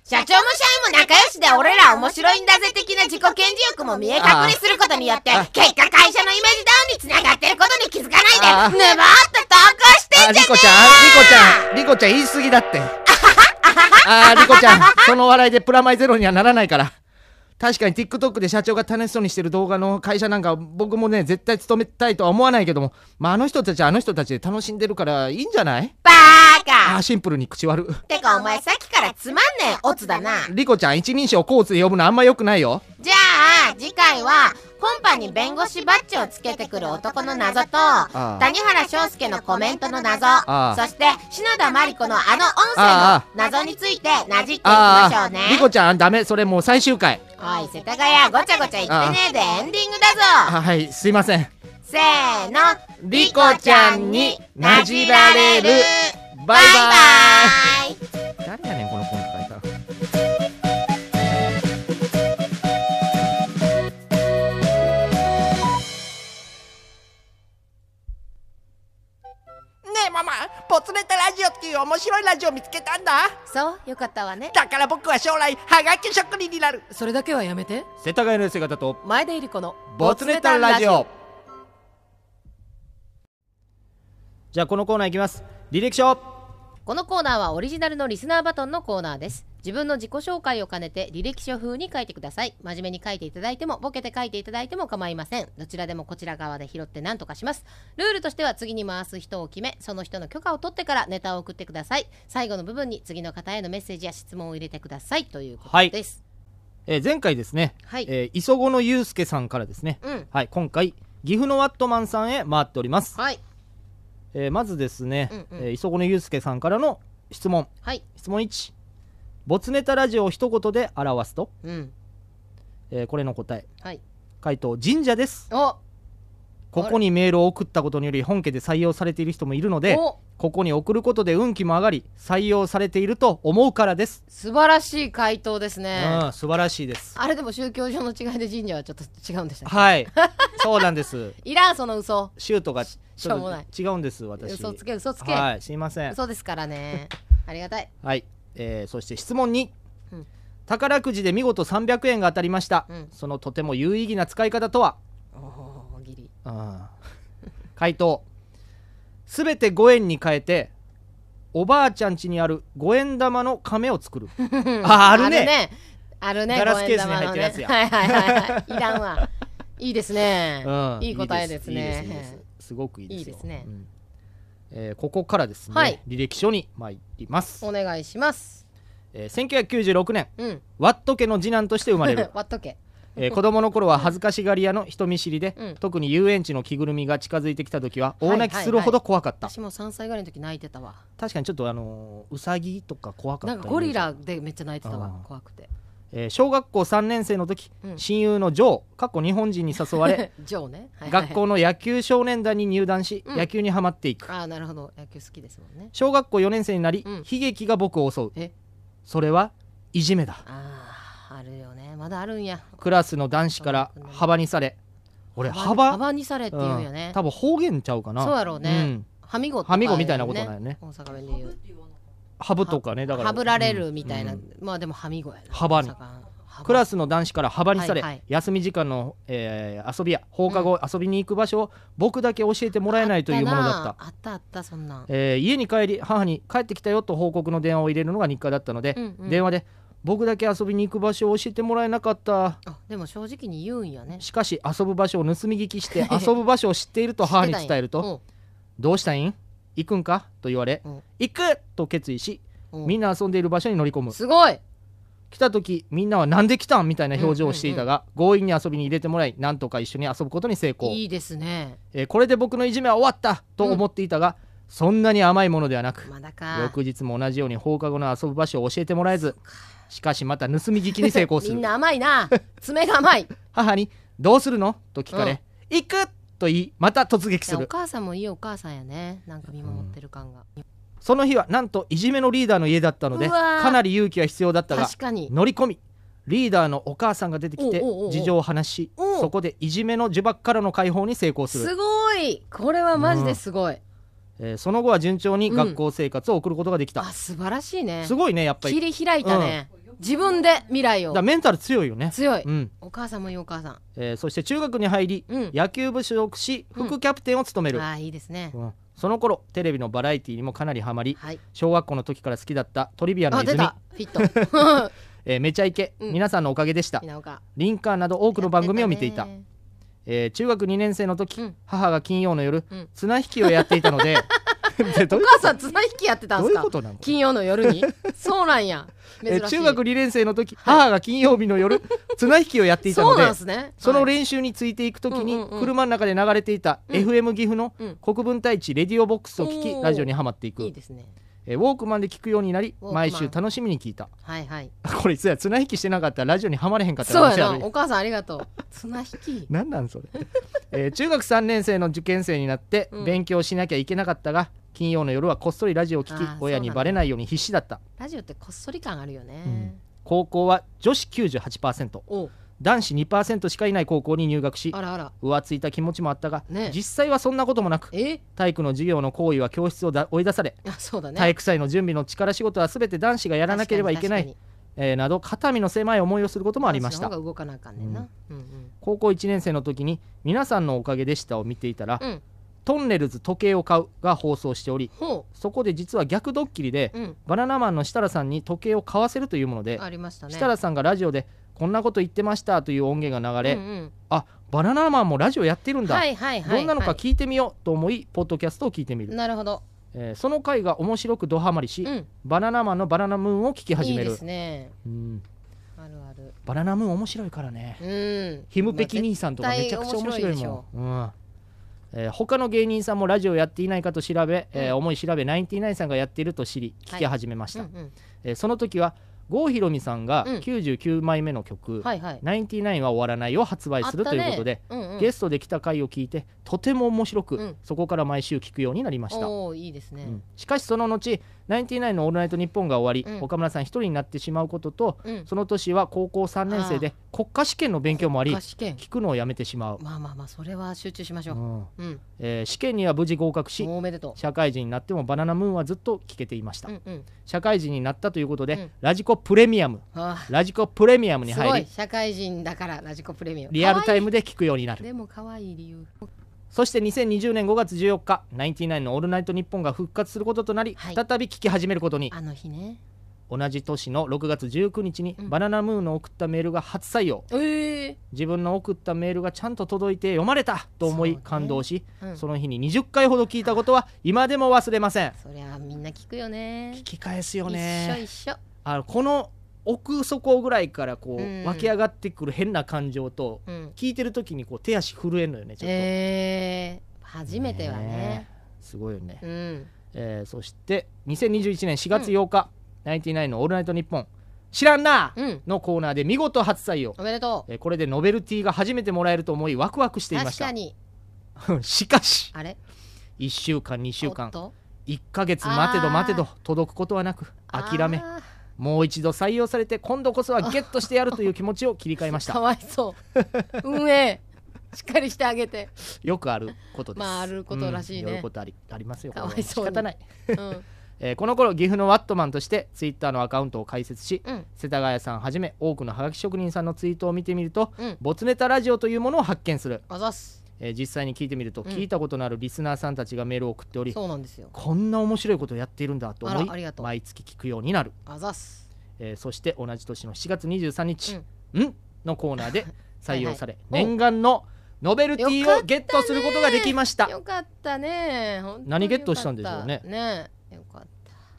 社長も社員も仲良しで俺ら面白いんだぜ的な自己顕示欲も見え隠れすることによってああ結果会社のイメージダウンにつながってることに気づかあなあいでぬぼーっと投稿してあんじリゃコちゃんリコちゃんリコちゃん言い過ぎだってあーリコちゃんその笑いでプラマイゼロにはならないから確かに TikTok で社長が楽しそうにしてる動画の会社なんか僕もね絶対勤めたいとは思わないけどもまああの人たちはあの人たちで楽しんでるからいいんじゃないバあーカーシンプルに口悪てかお前さっきからつまんねえオツだなリコちゃん一人称コーツで呼ぶのあんま良くないよじゃあ次回はコンパに弁護士バッジをつけてくる男の謎とあ谷原章介のコメントの謎あそして篠田麻里子のあの音あ声の謎についてなじっていきましょあうーリねコちゃんダメそれもう最終回おい世田谷ごちゃごちゃ言ってねえでエンディングだぞあはいすいませんせーのリコちゃんになじられるババイイバイバイ誰やねんこのコント書いたのねえママポツネタラジオっていう面白いラジオ見つけたんだそうよかったわねだから僕は将来ハガキ職人になるそれだけはやめて世田谷の寄せ方と前田ゆり子のボツネタラジオじゃあこのコーナーいきます履歴書このコーナーはオリジナルのリスナーバトンのコーナーです。自分の自己紹介を兼ねて履歴書風に書いてください。真面目に書いていただいても、ボケて書いていただいても構いません。どちらでもこちら側で拾って何とかします。ルールとしては次に回す人を決め、その人の許可を取ってからネタを送ってください。最後の部分に次の方へのメッセージや質問を入れてくださいということです。えー前回ですね、はいえー磯子のゆうすけさんからですね、うんはい、今回岐阜のワットマンさんへ回っております、はいえーまずですね、うんうんえー磯子のゆうすけさんからの質問はい質問1ボツネタラジオを一言で表すと、うんえーこれの答えはい回答神社ですおここにメールを送ったことにより本家で採用されている人もいるのでおここに送ることで運気も上がり採用されていると思うからです、素晴らしい回答ですねうん素晴らしいですあれでも宗教上の違いで神社はちょっと違うんでしたねはい そうなんですいらんその嘘シュートがちしょょうもなっいと違うんです私嘘つけ嘘つけ、はいすいません嘘ですからねありがたいはい、えーそして質問2、うん宝くじで見事300円が当たりました、うんそのとても有意義な使い方とはおおギリあー回答すべて5円に変えておばあちゃん家にある5円玉の亀を 作るああるねあるねガラスケースに五円玉入っのねてるやつやはいはいはいはいいら んわいいですね、うんいい答えですねいいですいいですすごくいいですよいいですねうんえーここからですね、はい履歴書に参ります、お願いしますえー1996年うんワット家の次男として生まれる 割っとけえー子供の頃は恥ずかしがり屋の人見知りで、うん特に遊園地の着ぐるみが近づいてきた時は大はいはいはい泣きするほど怖かった、私も3歳ぐらいの時泣いてたわ確かにちょっとあのー、うさぎとか怖かったなんかゴリ、ラでめっちゃ泣いてたわあー怖くて えー小学校3年生の時、うん親友のジョーかっこ日本人に誘わ れジョーね、はいはい学校の野球少年団に入団し、うん野球にはまっていくああなるほど野球好きですもんね小学校4年生になり、うん悲劇が僕を襲うえそれはいじめだあああるよねまだあるんやクラスの男子から幅にされ俺幅幅幅にされって言うようねん、多分方言ちゃうかなそうやろうねんはみごとかはみごみたいなことなんよね大阪弁で言うハブとかねだからはぶられるみたいな、うんまあでもはみごやな幅に大阪幅クラスの男子から幅にされ、はいはい休み時間の、えー遊びや放課後遊びに行く場所を僕だけ教えてもらえないというものだったあったなあったあったそんなんえー家に帰り母に帰ってきたよと報告の電話を入れるのが日課だったので、うんうん電話で僕だけ遊びに行く場所を教えてもらえなかったあでも正直に言うんやねしかし遊ぶ場所を盗み聞きして 遊ぶ場所を知っていると母に伝えると「どうしたいん行くんか?」と言われ「うん行く!」と決意しうんみんな遊んでいる場所に乗り込むすごい来た時みんなは「なんで来たん?」みたいな表情をしていたが、強引に遊びに入れてもらいなんとか一緒に遊ぶことに成功いいですねえーこれで僕のいじめは終わったと思っていたが、そんなに甘いものではなくまだか翌日も同じように放課後の遊ぶ場所を教えてもらえずしかしまた盗み聞きに成功す みんるな甘いな爪が 甘い母に「どうするの?」と聞かれ「行く!」と言いまた突撃すおる母さんもいいお母さんやねなんか見守ってる感が、その日はなんといじめのリーダーの家だったのでうわーかなり勇気が必要だったが確かに乗り込みリーダーのお母さんが出てきておうおうおうおう事情を話しおうそこでいじめの呪縛からの解放に成功するすごいこれはマジですごい、えーその後は順調に学校生活を送ることができた、あ素晴らしいねすごいねやっぱり切り開いたね、自分で未来だをからメンタル強いよね強い、うんお母さんもいいお母さんえーそして中学に入り、うん野球部所属しうん副キャプテンを務める、ああいいですね、うんその頃テレビのバラエティにもかなりハマりはい小学校の時から好きだったトリビアのあ出泉たフィット えーめちゃイケ、うん皆さんのおかげでしたみなおかリンカーンなど多くの番組を見ていたやってねえー中学2年生の時、うん母が金曜の夜、うん綱引きをやっていたの ででどうおいう母さん綱引きやってたんどすういうかことなの金曜の夜にそうなんや珍えしい、ー中学2年生の時、母が金曜日の 夜綱引きをやっていたそのうでなんすねそのはい練習についていくときうにんうんうん車の中で流れていたうん FM 岐阜のうん国分太一レディオボックスを聞おきーラジオにはまっていくいいですねえーウォークマンで聞くようになりウォークマン毎週楽しみに聞いた はいはいこれ実は綱引きしてなかったらラジオにはまれへんかったらそうや面白いなお母さんありがとう綱引き何なんそれ、えー中学3年生の受験生になってうん勉強しなきゃいけなかったが、金曜の夜はこっそりラジオを聞あきーそう親なんだにバレないように必死だったラジオってこっそり感あるよね、うん高校は女子98%おう男子2%しかいない高校に入学しあらあら浮ついた気持ちもあったが、ね実際はそんなこともなくえ体育の授業の行為は教室をだ追い出され、あそうだね体育祭の準備の力仕事は全て男子がやらなければいけない、えーなど肩身の狭い思いをすることもありました男子の方が動かなあかんねんな、うんうん高校1年生の時に「皆さんのおかげでした」を見ていたら「うんトンネルズ時計を買う」が放送しておりほそこで実は逆ドッキリで、ううんバナナマンの設楽さんに時計を買わせるというもので、ありましたね設楽さんがラジオで「こんなこと言ってました」という音源が流れ、うんうんあバナナマンもラジオやってるんだ、はいはいはいどんなのかは聞いてみようと思い、ポッドキャストを聞いてみいる、なるほどえーその回が面白くドハマりし、うんバナナマンのバナナムーンを聞き始いいめるですねうんあるあるバナナムーン面白いからねうんヒムペキ兄さんとかめちゃくちゃ面白い絶対面白いでしょもん、うんえー他の芸人さんもラジオやっていないかと調べ、えー思い調べナインティナインさんがやっていると知り聞き始めましうた、んうんえーその時は郷ひろみさんがうん99枚目の曲はいはい「ナインティナインは終わらない」を発売するということで、あったねうんうんゲストで来た回を聞いてとても面白く、うんそこから毎週聞くようになりました、おおいいですねうんしかしその後「ナインティナインのオールナイトニッポン」が終わり、うん岡村さん一人になってしまうことと、うんその年は高校3年生で国家試験の勉強もあり国家試験聞くのをやめてしまう、まあまあまあそれは集中しましょううんうんえー試験には無事合格しおめでと社会人になってもバナナムーンはずっと聞けていました、ううんうん社会人になったということで、うんラジコプレミアムあラジコプレミアムーにすご入いり社会人だからラジコプレミアムリアルタイムムで聞くようになるでも可愛い理由そして2020年5月14日ナインティナインの「オールナイトニッポン」が復活することとなり、はい再び聞き始めることにあの日ね同じ年の6月19日に、うんバナナムーンの送ったメールが初採用ええ自分の送ったメールがちゃんと届いて読まれたと思そういね感動しそ,、うんの日に20回ほど聞いたことは今でも忘れませんそりゃみんな聞くよね聞き返すよ一緒ね一緒あのこの奥底ぐらいからこう、うん湧き上がってくる変な感情と、うん聞いてる時にこう手足震えるのよねちょっと、ええ初めてはねえすごいよね、うんえーそして2021年4月8日、ナインティナインの「オールナイトニッポン」知らんな、うんのコーナーで見事初採用、おめでとえーこれでノベルティが初めてもらえると思いワクワクしうていま確したかに しかしあれ1週間2週間おっと1ヶ月待てあどー待てど届くことはなく諦めあもう一度採用されて今度こそはゲットしてやるという気持ちを切り替えましーかたわいそう 運営しっかりしてあげてよくあることですまああることらしいねうんよくことありありますよこれはかわいそうに仕方ない、うんえーこの頃岐阜のワットマンとしてツイッターのアカウントを開設し、うん世田谷さんはじめ多くのハガキ職人さんのツイートを見てみると、うんボツネタラジオというものを発見する、あざっすえー実際に聞いてみると、ん聞いたことのあるリスナーさんたちがメールを送っておりそうなんですよこんな面白いことをやっているんだとあ思らありいがとう毎月聞くようになる、あざっすえーそして同じ年の7月23日「ん」のコーナー で採用されはいはい念願のノベルティよかをったねゲットすることができましたよかったね本当に何ゲットしたんでしょうねよかったねよかった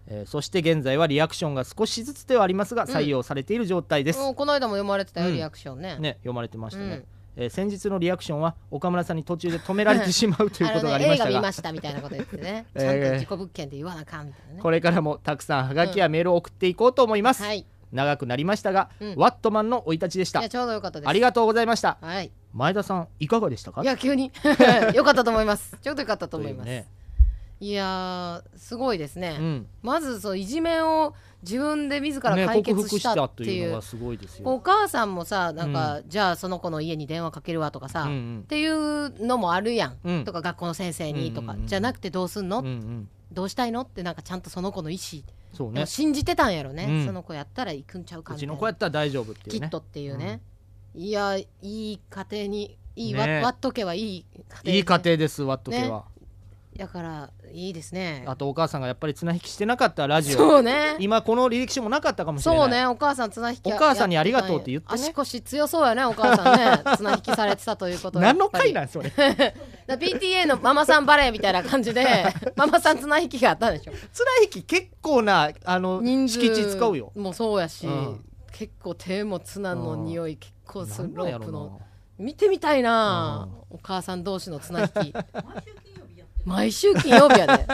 えーそして現在はリアクションが少しずつではありますがん採用されている状態です、もうこの間も読まれてたよ、うんリアクションねね、読まれてましたね、うんえー先日のリアクションは岡村さんに途中で止められてしまうということがありま映し画た見がましたみたいなこと言ってね えちーゃんと自己物件で言わなあかんみたいなねこれからもたくさんハガキやメールを送っていこうと思います、はい長くなりましたが、うんワットマンの生い立ちでしいたやちょうどよかったですありがとうございましたはい前田さんいかがでしたかいや急に よかったと思いますちょうどよかったと思いますとい,、うねやーすごいですね、うんまずそういじめを自分で自らね解克決服ししたたっとていいうのうがすごいですおよ、母さんもさなんか、じゃあその子の家に電話かけるわとかさ、うんうっんていうのもあるやん、うんとか学校の先生にとうか、んうんうんじゃなくてどうすんの、うんうん、どうしたいのってなんかちゃんとその子の意思、そうでもね信じてたんやろね、うんその子やったら行くんちゃうかうみちたいなの子やったら大丈夫っていきうねっとっていうね、いやいい家庭にいいわ、ね割っとけはいい家庭、いい家庭ですワット家は、だからいいですね あとお母さんがやっぱり綱引きしてなかったラジオそうね今この履歴書もなかったかもしれないそうねお母さん綱引きやお母さんにありがとうって言ってねやたんや足腰強そうやねお母さん ね綱引きされてたということは何の回なやんっそれぱりだ PTA のママさんバレーみたいな感 じでママさん綱引きがあったんでしょ綱引き結構なあの人数敷地使うよ。もうそうやし、うん結構手も綱の匂い結構するロープのな見てみたいな、お母さん同士の綱引き毎週金曜日やで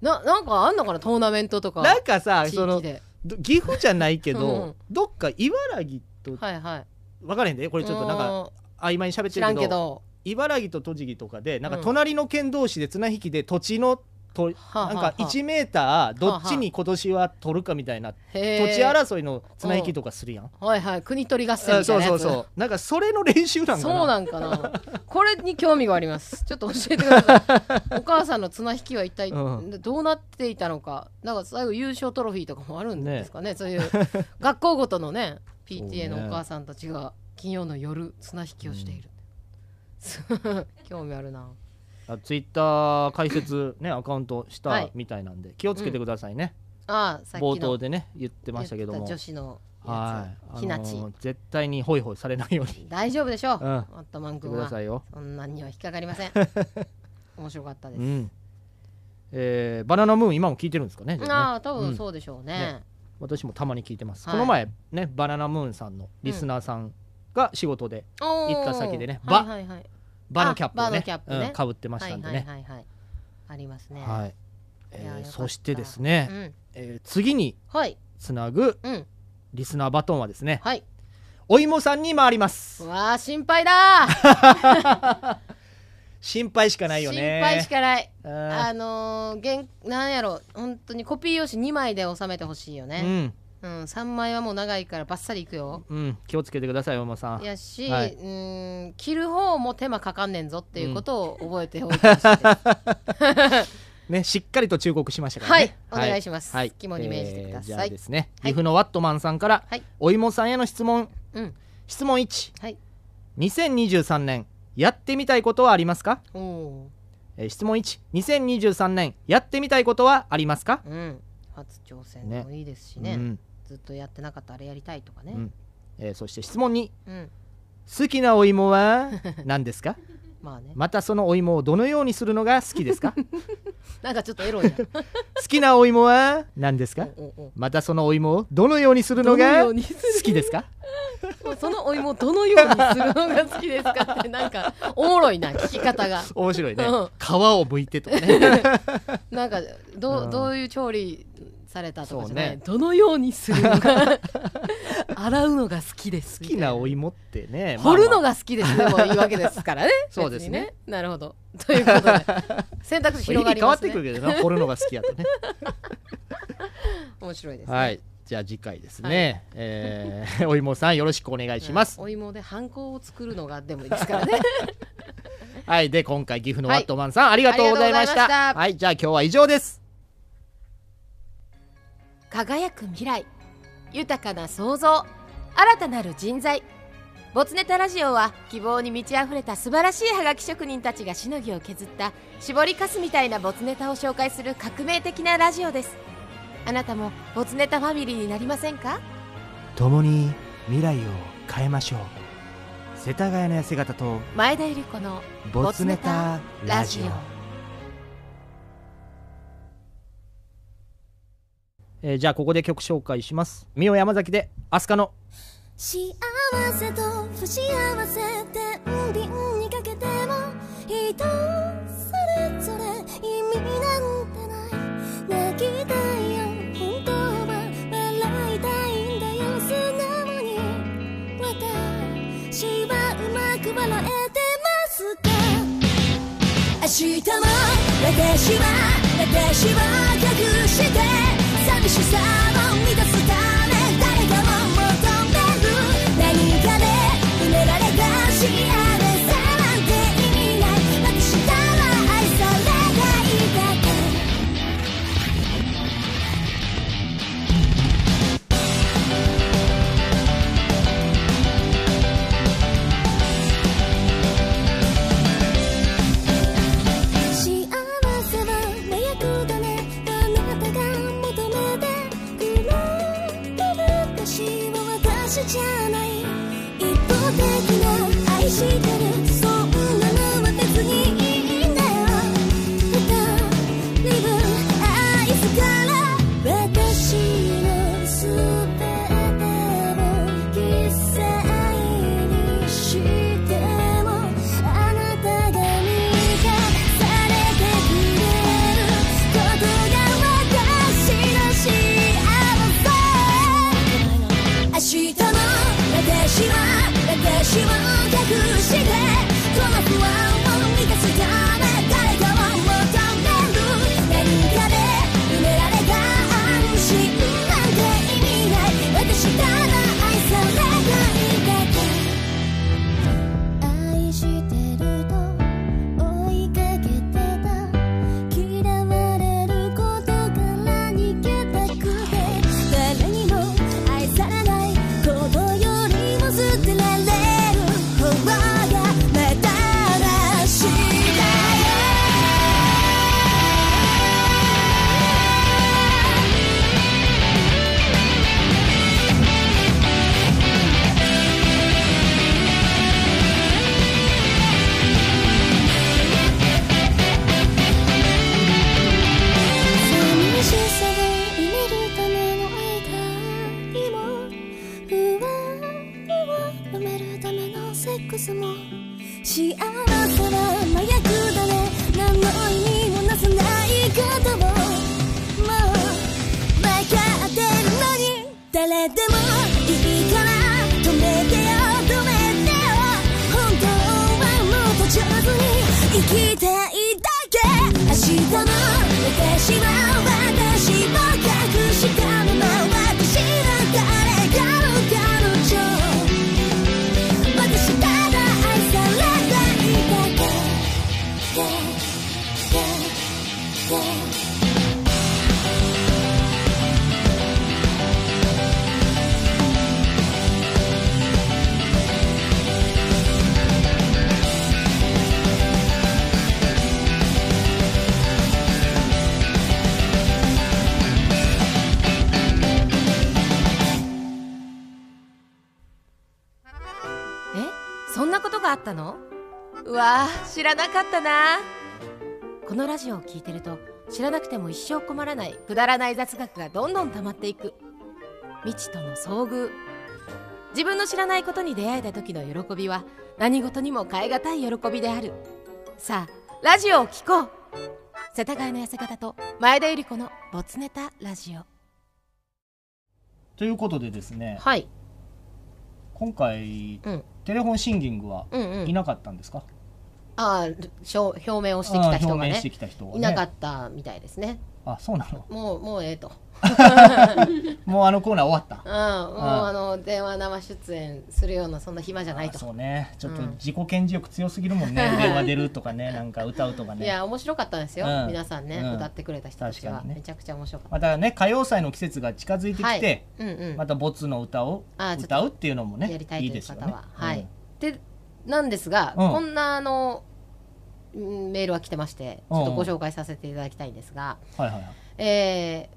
ななんかあんのかなトーナメントとかんやろななんかさ地そ域のでど岐阜じゃないけど、うんどっか茨城とはいはい分からへんでこれちょっとなんかう曖昧に喋って知るらけんどけど茨城と栃木とかでなんかうん隣の県同士で綱引きで土地のと、はあはあなんか1メーターどっちに今年は取るかみたいな、へ土ー地争いの綱引きとかするやん、はいはい国取り合戦あみそたいうなやつそうそうなんかそれの練習なんかそなうなんかなこれに興味がありますちょっと教えてくださ いお母さんの綱引きは一体うんどうなっていたのかなんか最後優勝トロフィーとかもあるんですかねそう いう学校ごとのね PTA そうねのお母さんたちが金曜の夜綱引きをして いる、興味あるなあツイッター開設ねアカウントしはたいみたいなんで気をつけてくださいね、ああさっきの冒頭でね言って言まっしてたけどたも女子のやはいつひなち、あのー絶対にホイホイされないように し大丈夫でしょう、うんマットマンて君くだはさいよ、そんなには引っかかり ません面白かったです、うんえーバナナムーン今も聞いてるんですかねじゃあねああ多分そうでしょうね、私もたまに聞いてます、はこいの前ねバナナムーンさんのリスナーさんが仕事で行行った先でねはいはいはいバのキャップをあバねのキャップねうん、かぶってましはたんいではいねはいはいありますねはいいやよえかっーたそしてですね、うんえー次にはいつなぐうんリスナーバトンはですねはいお芋さんに回りますわあ心配だー心配しかないよね心配しかないああのー現なんやろ本当にコピー用紙2枚で収めてほしいよーねうん3枚はもう長いからバッサリいくようんうん気をつけてくださいお芋さんやし、はいうーん切る方も手間かかんねんぞっていうことを覚えておいてほしい です、ね、しっかりと忠告しましたからね。はいお願いします肝に銘じてくださいじゃあですね、は岐い阜のワットマンさんから、はいお芋さんへの質問、うん質問1、はい2023年やってみたいことはありますか、おおえー質問1、2023年やってみたいことはありますか、ーうん初挑戦ねもいいですしねうんずっとやってなかったあれやりたいとかねうんえーそして質問2、うん、好きなお芋 は何ですかまあねまたそのお芋をどのようにするのが好きですか なんかちょっとエロいな好きなお芋は何です かおおおまたそのお芋をどのようにするのどのがよう好にするきですかそのお芋どのようにするのが好きですかってなんかおもろいな聞き方が面白いね、うん皮を剥いてとか ねなんかどう、うんどういう調理されたとかじゃない、そうねどのようにするの が洗うのが好きです好きなお芋って ね掘るのが、が好きですでもいいわけですからね そうですね別になるほどということ で選択肢まあまあ意広が味り変わまっすてくねるけ どな掘るのが好きやとね面白いですねはいじゃあ次回ですね、えーお芋さんよろしくお願いします、お芋でハンコを作るのがでもいいですか らねはいで今回岐阜のはワいットマンさん、ありがとうございましたありがとうございましたはいじゃあ今日は以上です輝く未来豊かな創造新たなる人材ボツネタラジオは希望に満ち溢れた素晴らしいハガキ職人たちがしのぎを削った絞りかすみたいなボツネタを紹介する革命的なラジオですあなたもボツネタファミリーになりませんか共に未来を変えましょう世田谷の痩せ方と前田ゆり子のボツネタラジオえーじゃあここで曲紹介します三尾山崎で飛鳥の幸せと不幸せ天秤にかけても人それぞれ意味なんてない泣きたいよ本当は笑いたいんだよ素直に私はうまく笑えてますか明日も私は私は隠して寂しさを満たすため誰かを求める何かで埋められた幸せなんて意味ない私から愛されないだけ幸せは麻薬だねあなたが求めてくれる私は私じゃない一方的な愛してるそんなのは別にいいんだよ二人分愛すから私のすべてを犠牲にしてもあなたが見されてくれることが私の幸せなんだ明日も私は私を隠してこそも幸せな麻薬だね何の意味もなさないことをもう分かってるのに誰でもいいから止めてよ止めてよ本当はもっと上手に生きたいだけ明日の私は私を隠したまま私の誰かの彼女私ただ愛されていただけえそんなことがあったのうわー知らなかったなこのラジオを聞いてると知らなくても一生困らないくだらない雑学がどんどん溜まっていく未知との遭遇自分の知らないことに出会えた時の喜びは何事にも代え難い喜びであるさあラジオを聴こう世田谷の痩せ方と前田由里子のボツネタラジオということでですねはい、今回うん、テレフォンシンギングはうんういんなかったんですか、ああ表明をしてきたあー人が表明ねしてきた人はねいなかったみたいですねあそうなのもうもうええともうあのコーナー終わったうん、もうあの電話生出演するようなそんな暇じゃないあとそうねちょっとうん自己顕示欲強すぎるもんね、 電話出るとかねなんか歌うとかいねや面白かったですよ、うん皆さんね、うん歌ってくれた人たち確は、かにねめちゃくちゃ面白かっまたね歌謡祭の季節が近づいてたきはいて、うんうん、またボツの歌をあーちょっと歌うっていうのもねやりたいいといでうすよ方ねははい、うんでなんですが、うんこんなあのうんメールが来てましてちょっとうんご紹介させていただきたいんですが、はいはいはいえー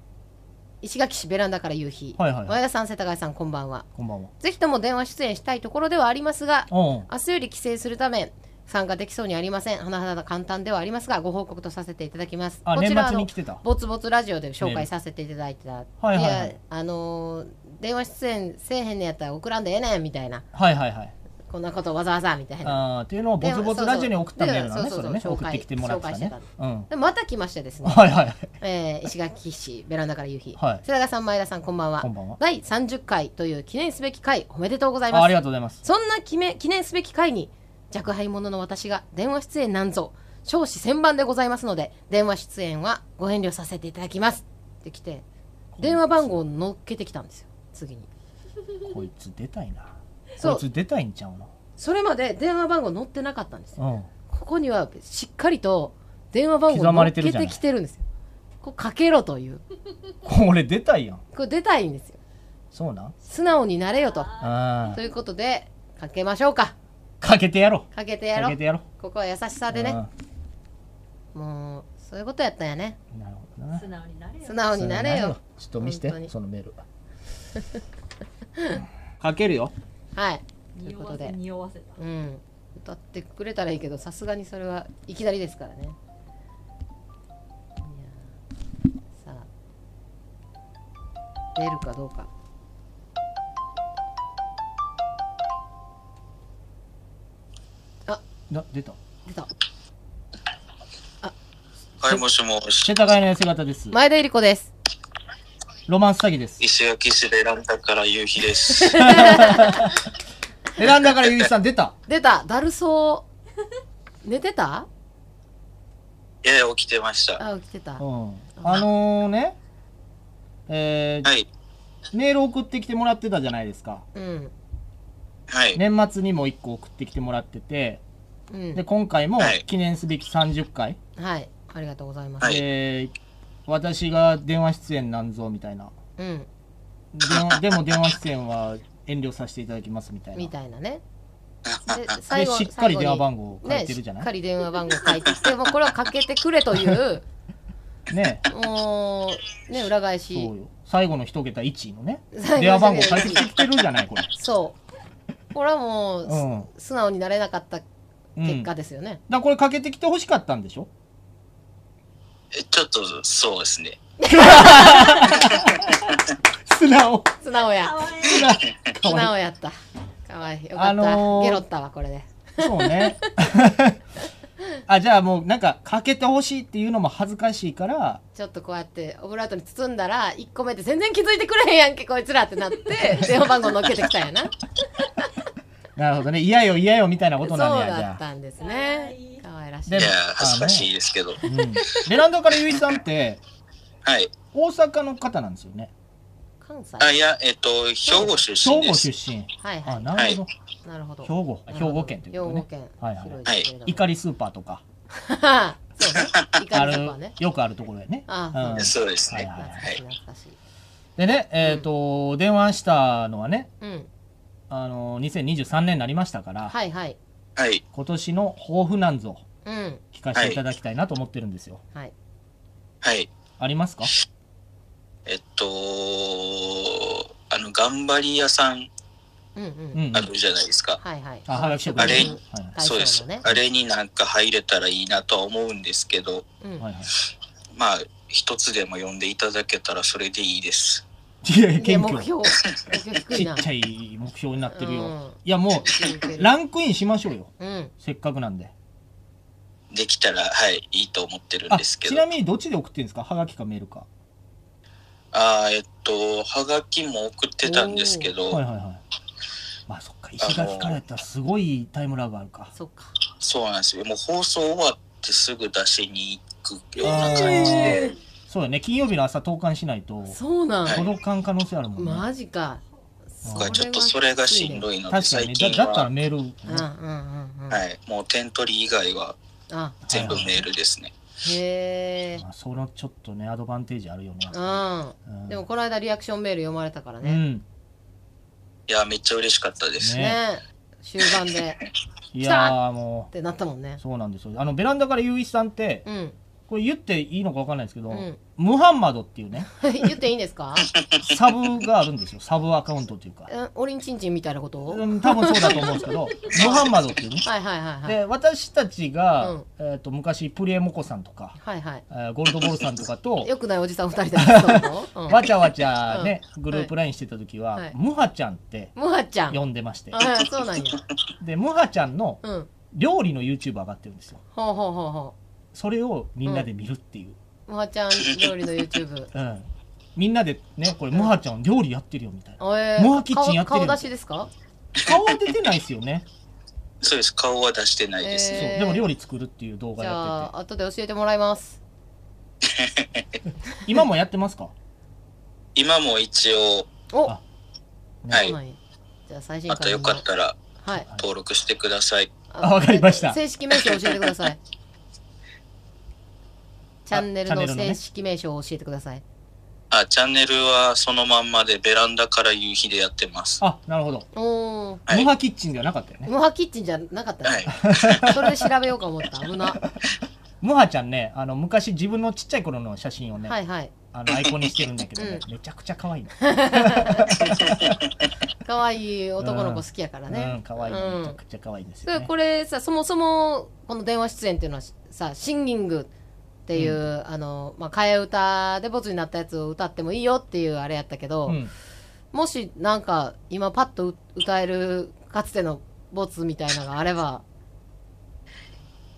石垣市ベランダから夕日、はいはいはい前田さん世田谷さんこんばんはこんばんはぜひとも電話出演したいところではありますがうん明日より帰省するため参加できそうにありません甚だ簡単ではありますがご報告とさせていただきますあこち年らあ末のに来てたぼつぼつラジオで紹介させていただいた、はいはいはいやあのー電話出演せえへんのやったら送らんでええねんみたいなはいはいはいこんなことわざわざみたいなあーっていうのをボツボツラジオに送ったメールなんねそそうそうれねそうそう送ってきてもらってた紹介ねしてうんでまた来ましてですね、はいはいはいえー石垣市ベランダから夕日、はい世田谷さん前田さんこんばんはこんばんは第30回という記念すべき回おめでとうございますあありがとうございますそんな記め記念すべき回に若輩者の私が電話出演なんぞ少子千番でございますので電話出演はご遠慮させていただきますって来て電話番号を乗っけてきたんですよ次にこいつ出たいなそこいうつ出たいんちゃうのそれまで電話番号載ってなかったんですようんここにはしっかりと電話番号刻乗まっれてけるじゃなていきてるんですよこうかけろというこれ出たいやんこれ出たいんですよそうなん素直になれよとあということでかけましょうかーかけてやろかけてうやかろうけてやろうここは優しさでねもうそういうことやったんやねうんなるほどな素直になれよちょっと見し本当てにそのメー ルかけるよはい。ということで。匂わせた。うん。歌ってくれたらいいけど、さすがにそれはいきなりですからね。いやーさあ。出るかどうか。な出た出た。はい、もしもし、世田谷の痩せ方です前田ゆり子です。ロマンス詐欺です石垣市でランタから夕日です。選んだからゆういちさん出た出た。だるそう。 寝てた。えや、起きてました。あ、起きてたう。んあのねえーはい、メール送ってきてもらってたじゃないですかうん。はい、年末にも1個送ってきてもらっててうでん。今回もはい記念すべき30回、はい。ありがとうございます。はいえー私が電話出演なんぞみたいなうん。 ででも電話出演は遠慮させていただきますみたいなみたいなね。でで最後しっかり最後に電話番号書いね、てしるじゃなっいかり電話番号書いてきて、もうこれはかけてくれという、ねもう、ね、裏返しそう。よ最後の一桁1のね最電後の一桁話番号書いてきてるじゃないこ れ、そう。これはもう、うすん素直になれなかったうん、結果だかですよね。らこれかけてきてほしかったんでしょえちょっとそうですね。素直素直や。素直素直やった。かわいい。よかった。あのーゲロったわ、これで。そう ねあじゃあもうなんかかけてほしいっていうのも恥ずかしいからちょっとこうやってオブラートに包んだら1個目で全然気づいてくれへんやんけこいつらってな って電話番号乗っけてきたんやななるほどね嫌よ嫌よみたいなこそとうなんやじだゃっあたんですねかわいらしいでいやあね恥ずかしいですけど、うんベランダからゆいさんってはい大阪の方なんですよね関西あいやえっと兵庫出身兵で庫す出身はいあはなるほど、いなるほど兵庫兵庫県ということ兵庫ね県はいはい広ですけれども怒りスーパーとか そうねあ怒りるとかねよくあるところやねあうんそうそうですねはい懐かはしいい懐かしいでねえっ、と、電話したのはねうんあの2023年になりましたから、はいはいはい今年の抱負なんぞうん聞かせていただきたいなと思ってるんですよ、はいはいありますかえっとあの頑張り屋さんうんううんん、うん、あるじゃないですか、はいはいあはがき職人あれはい大そうです、将のねあれになんか入れたらいいなとは思うんですけどうんはいはいまあ一つでも呼んでいただけたらそれでいいですいやいやいや謙目虚標目標低ちいなっちゃい目標になってるよ、うんいやもういけるランクインしましょうようんせっかくなんでできたらはいいいと思ってるんあですけちどなみにどっちで送ってるんですかはがきかメールかあーえっとはがきも送ってたんですけど、はいはいはいまあそっか石垣からやったらすごいタイムラグあるかそっかそうなんですよもう放送終わってすぐ出しに行くような感じでえーそうだね金曜日の朝投函しないとそうなん届かん可能性あるもんね、マジかそ僕はちょっとそれがしんいどいので確かに最ね近だだったらは、メール、うんうんうんうんはい、もう点取り以外はあ全部メールですね、へえまあ、そのちょっとねアドバンテージあるよね、ううんんでもこの間リアクションメール読まれたからうねんい、やめっちゃ嬉しかったです、ねね終盤でいやーもってなったもんうね そうなんですよあのベランダからゆういちさんってうんこれ言っていいのかわかんないですけど、うん ムハンマドっていうね言っていいんですかサブがあるんですよサブアカウントっていうかうんオリンチンチンみたいなことをうん多分そうだと思うんですけ どムハンマドっていうねはいはいはいはいで私たちが、うんえー、と昔プリエモコさんとか、はいはいえーゴールドボールさんとかと よくないおじさん二人だとわちゃわちゃね、うんグループラインしてた時は、はいムハちゃんってもはちゃん呼んでまして、あそうなんやでムハちゃんのうん料理の YouTube 上がってるんですよほうほうほうほそれをみんなで見るっていう、うもはちゃん料理の YouTube うんみんなでねこれムハちゃん料理やってるよみたいなえモアキッチンやってる顔やん顔出しですか顔は出てないですよね、そうです顔は出してないですそう ね、えーでも料理作るっていう動画じやゃってあ後で教えてもらいますて今もやってますか今も一応おあはそういなんやじゃあ最新ま刊たのよかったらはい登録してくださいあわかりました正式名称教えてくだ さいチャンネルチャンネのルのね正式名称を教えてくださいあチャンネルはそのまんまでベランダから夕日でやってますはあなるほど、おーはいムハキッチンではなかったよねムハキッチンじゃなかったねいそれで調べようか思った危なムハちゃんねあの昔自分のちっちゃい頃の写真をね、はいはいあのアイコンにしてるんだけどね、うめちゃくちゃ可愛いの可愛い男の子好きやからうねん、可愛い、うんめちゃくちゃ可愛いんですそよ、れね。これさそもそもこの電話出演っていうのはさシンギングっていう、あのまあ、替え歌でボツになったやつを歌ってもいいよっていうあれやったけど、うん、もしなんか今パッと歌えるかつてのボツみたいなのがあれば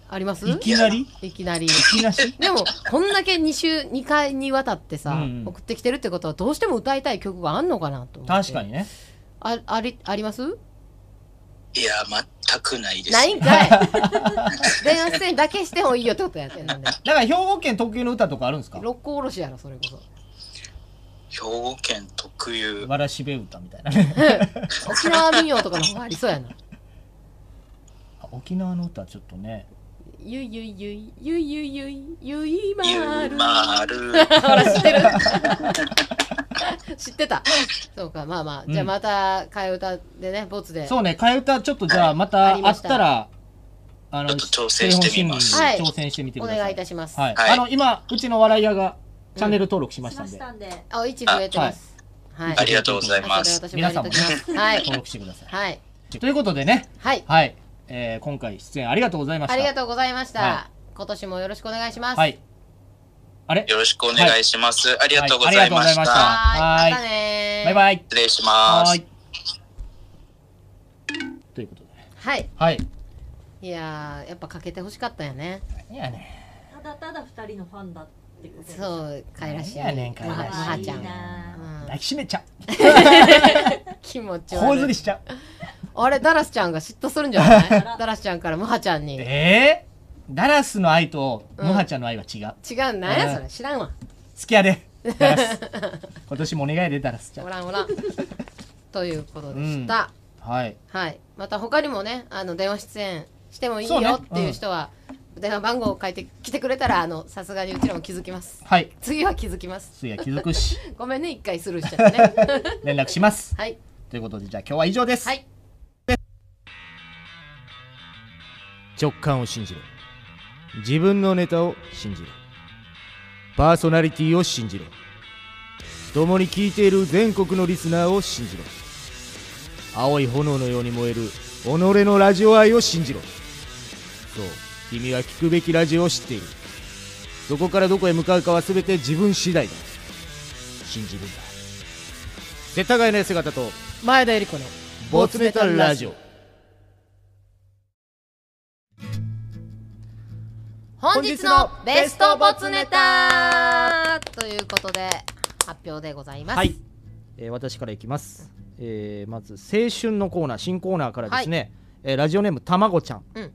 ありますいきなりいいきなりきな しでもこんだけ2週2回にわたってさ、うん送ってきてるってことはどうしても歌いたい曲があんのかなと思って確かにね。あありありますいや全くないですないんかい電話出演だけしてもいいよってことやってんなんでだから兵庫県特有の歌とかあるんですか六甲おろしやろそれこそ兵庫県特有わらしべ歌みたいな ね。沖縄民謡とかの方がありそうやなあ沖縄の歌ちょっとね。ゆいゆいゆいゆいゆいゆいゆいまゆるまるほら知ってる知ってたそうかまあまあ、うんじゃあまた替え歌でねボツでそうね、替え歌ちょっとじゃあまたありあまっしたたら、あちょっと挑戦してみます西はい洋新聞に挑戦してみておください。願いいたします、はい。はいあの、今、うちの笑い屋がチャンネル登録しましたんで、あ1増えてますはい、ありがとうございますあそれ私もやりときますはい登録してください。はいということでね、はいはい。えー今回出演ありがとうございました。ありがとうございました、は今年もよろしくお願いします、はい。あれよろしくお願いします、ありがとうございまはいありがとうございしました、たははーいいまたねーバイバイ。失礼しますーい。ということでね。はいはい。いやーやっぱかけてほしかったよね何やねただただ二人のファンだってことですそうかいらしいいやねんかいまらしいはまはちゃん、いいなんう抱きしめちゃん、気持ちう頬ず悪りいしちゃ うあれダラスちゃんが嫉妬するんじ ゃないダラスちゃんからムハちゃんに違えー、ダラスの愛とムハちゃんの愛は違う、うんなんやうんそれ知らんわ好きやでダラ ス今年もお願いでダラスちゃおんらんおらんということでした、はいはい、また他にもねあの電話出演してもいいそうねよっていう人は、電話番号を書いてきてくれたらあのさすがにうちらも気づきますはい次は気づきますすや気づくしごめんね一回スルーしちゃってね 連絡しますはいということでじゃあ今日は以上です、はい直感を信じろ自分のネタを信じろパーソナリティを信じろ共に聞いている全国のリスナーを信じろ青い炎のように燃える己のラジオ愛を信じろそう君は聞くべきラジオを知っているどこからどこへ向かうかは全て自分次第だ信じるんだ世田谷の姿と前田由里子のボツネタラジオ本日のベストボツネタということで発表でございます、はい、えー私からいきます、えーまず青春のコーナー新コーナーからですね、えーラジオネームたまごちゃん、うん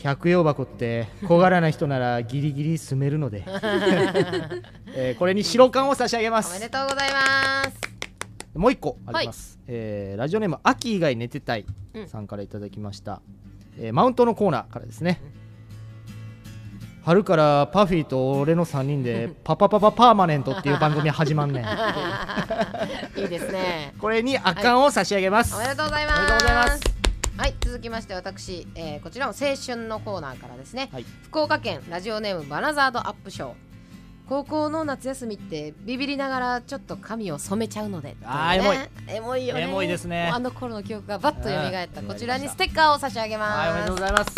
百葉箱って小柄な人ならギリギリ住める ので、 えーこれに白缶を差し上げまおめすでとうござ いますもう一個あります、えーラジオネーム秋以外寝てたいさんからいただきました、えーマウントのコーナーからですね、春からパフィーと俺の3人 で「パパパパパーマネント」っていう番組始まんねんいいですねこれにあかんを差し上げます、おめでとうございますおめでとうございますはい続きまして私、えーこちらも青春のコーナーからですね、はい福岡県ラジオネームバナザードアップショー高校の夏休みってビビりながらちょっと髪を染めちゃうのであーとうねエモいよねエモいですねもうあの頃の記憶がバッと蘇ったうんこちらにステッカーを差し上げますはいおめでとうございます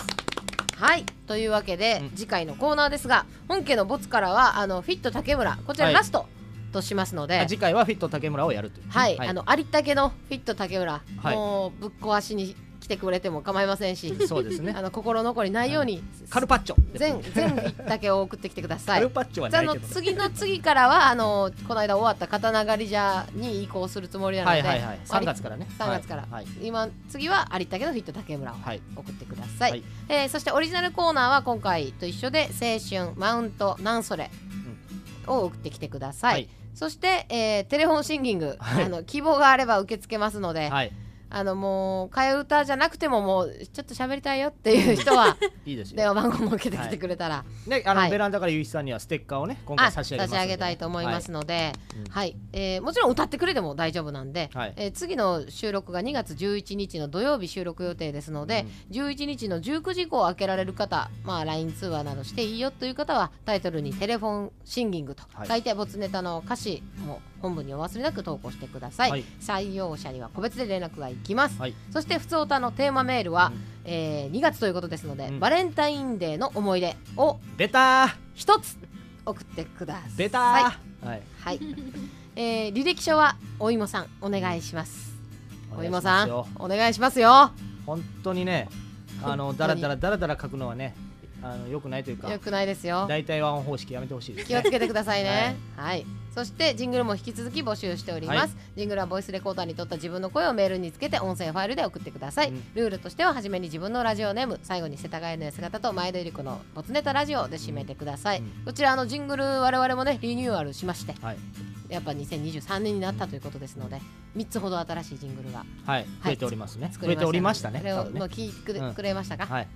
はいというわけで、うん次回のコーナーですが本家のボツからはあのフィット竹村こちらはいラストとしますので、あ次回はフィット竹村をやるというはい、あのありったけのフィット竹浦、はいもうぶっ壊しに来てくれても構いませんし そうです ねあの心残りないように、カルパッチョ全全フィット竹を送ってきてくださカいル。パッチョはじゃあなあいのけど次の次からはあのこの間終わった刀狩りじゃに移行するつもりなのはで、いはいはい3月からね3月から、はい今次はありったけのフィット竹村をはい送ってください、はいえーそしてオリジナルコーナーは今回と一緒で青春マウントなんそれを送ってきてください、はいそして、えーテレフォンシンギング、はいあの希望があれば受け付けますので、はいあのもう替え歌じゃなくてももうちょっと喋りたいよっていう 人はいいです電よ話番号も受けてきてくれたら、ねあのはいベランダからゆういちさんにはステッカーをね今あ回差し上げま差しすんで上げたいと思いまはすので、うんはいえーもちろん歌ってくれても大丈夫なんで、はいえー次の収録が2月11日の土曜日収録予定ですので、11日の19時以降開けられる方、まあ、LINE 通話などしていいよという方はタイトルに「テレフォンシンギング」とはい書いて、ボツネタの歌詞も本文にお忘れなく投稿してください、はい採用者には個別で連絡がいきます、はいそして「ふつおた」のテーマメールは、え2月ということですので、うんバレンタインデーの思い出をベター一つ送ってください。ベターはいはい。えー、履歴書はお芋さんお願いします。お芋さんお願いしますよお願いしますよ。本当にねあの本当にだらだらだらだら書くのはねあの良くないというかよくないですよ。大体ワン方式やめてほしいです気をねつけてくださいね。はい、そしてジングルも引き続き募集しております、はいジングルはボイスレコーダーにとった自分の声をメールにつけて音声ファイルで送ってください、うんルールとしては初めに自分のラジオネーム最後に世田谷のや姿と前田ゆり子のボツネタラジオで締めてください、うんこちらあのジングル我々もねリニューアルしましてはいやっぱ2023年になったということですので3つほど新しいジングルがはいはい増えておりますね作増えておりましたねこれ多を分ねもう聞いてくれ,、うんくれましたか、はい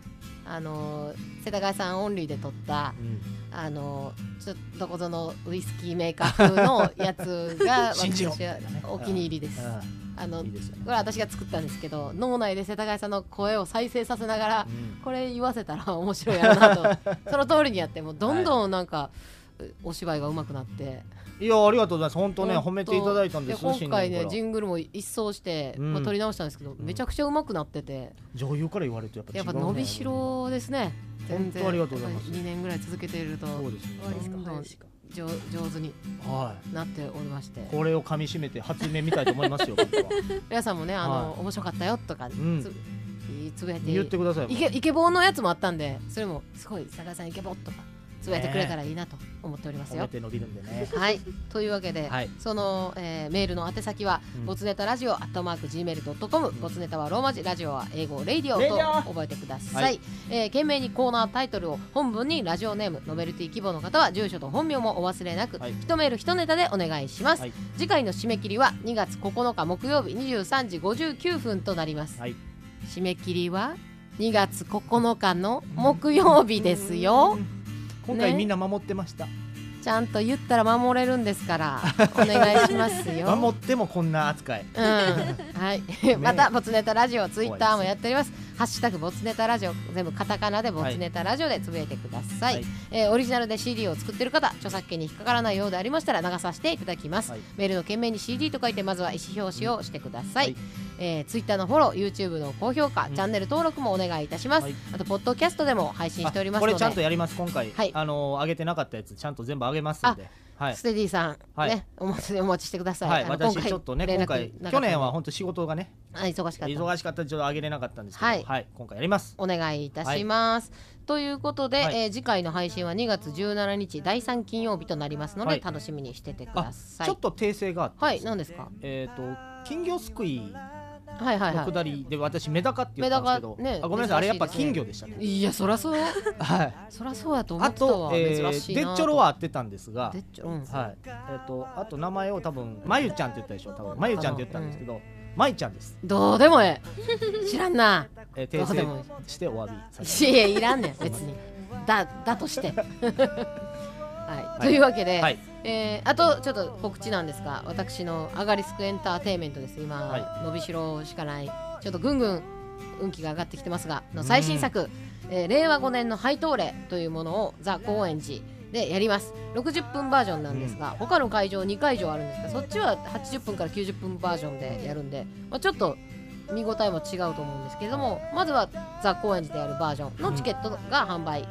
あのー世田谷さんオンリーで撮ったうんあのーちょっとどこぞのウイスキーメーカー風のやつが 信じろ私はお気に入りです。あのうんいいこですよねれは私が作ったんですけど脳内で世田谷さんの声を再生させながらうんこれ言わせたら面白い やろなとその通りにやってもうどんどんなんか、うお芝居が上手くなっていやありがとうございます本当ね本当褒めていただいたんでです新今年回ねからジングルも一掃して、うんまあ、撮り直したんですけど、めちゃくちゃ上手くなってて。女優から言われるとやっぱ違やうっねぱ伸びしろですね。本当ありがとうございます2年ぐらい続けているとそうですどんどん上上手にはなっておりましてい、これを噛み 締めて発明みたいと思いますよ僕は皆さんもねあの、は面白かったよとか、んついつぶやいて言ってくださいイケイケボーのやつもあったんでそれもすごい佐賀さんイケボーとかつぶやいてくれたらいいなと思っております褒よめ。て伸びるんでねはい、というわけで、はいその、えーメールの宛先は、うんボツネタラジオアットマーク Gmail.com、ボツネタはローマ字ラジオは英語レイディオレイディオと覚えてください、はいえー懸命にコーナータイトルを本文にラジオネームノベルティ希望の方は住所と本名もお忘れなく、はい一メール一ネタでお願いします、はい次回の締め切りは2月9日木曜日23時59分となります、はい締め切りは2月9日の木曜日ですよ、今回ねみんな守ってました、ちゃんと言ったら守れるんです からお願いしますよ。守ってもこんな扱いうん、はい、またボツネタラジオツイッターもやっておりますハッシュタグボツネタラジオ全部カタカナでボツネタラジオでつぶやいてください、はいえーオリジナルで CD を作ってる方著作権に引っかからないようでありましたら流させていただきます、はいメールの件名に CD と書いてまずは意思表示をしてください、はいえー、ツイッターのフォロー YouTube の高評価、うんチャンネル登録もお願いいたします、はいあとポッドキャストでも配信しておりますこのでれちゃんとやります今回、はいあのー上げてなかったやつちゃんと全部上げますんではいステディさん、はいね、お待ちお待ちしてください。はい、あの私ちょっとね連絡今回なかった去年は本当仕事がねあ忙しかった。忙しかったんでちょっと上げれなかったんですけど、ははいい今回やりますお願いいたします。ということで、はいえー次回の配信は2月17日第3金曜日となりますので、はい楽しみにしててくあださい。ちょっと訂正があって、はい、何ですか。えっ、と金魚すくいはいはいのくはだりで私メダカって言ったんですけど、メダカねあごめんなさいあれやっぱ金珍しいですね魚でしたねい。いや、そらそう、 はいそらそうやと思あってたわ。と、え珍しー、いでなっと。ちょろは合ってたんですがでっちょろ。うんはいえっ、とあと名前を多分まゆちゃんって言ったでしょ多分まゆちゃんって言ったんですけど、まゆちゃんです、どうでもええ。知らんな。えー、訂どうでもいい正してお詫びさせていやいらんねん別にだだとして はい、いというわけで、はいえーあとちょっと告知なんですが私のアガリスクエンターテインメントです今、はい伸びしろしかないちょっとぐんぐん運気が上がってきてますがの最新作、えー令和5年の配当例というものをザ・高円寺でやります60分バージョンなんですが、他の会場2会場あるんですがそっちは80分から90分バージョンでやるんで、まあ、ちょっと見応えも違うと思うんですけれどもまずはザ・高円寺でやるバージョンのチケットが販売、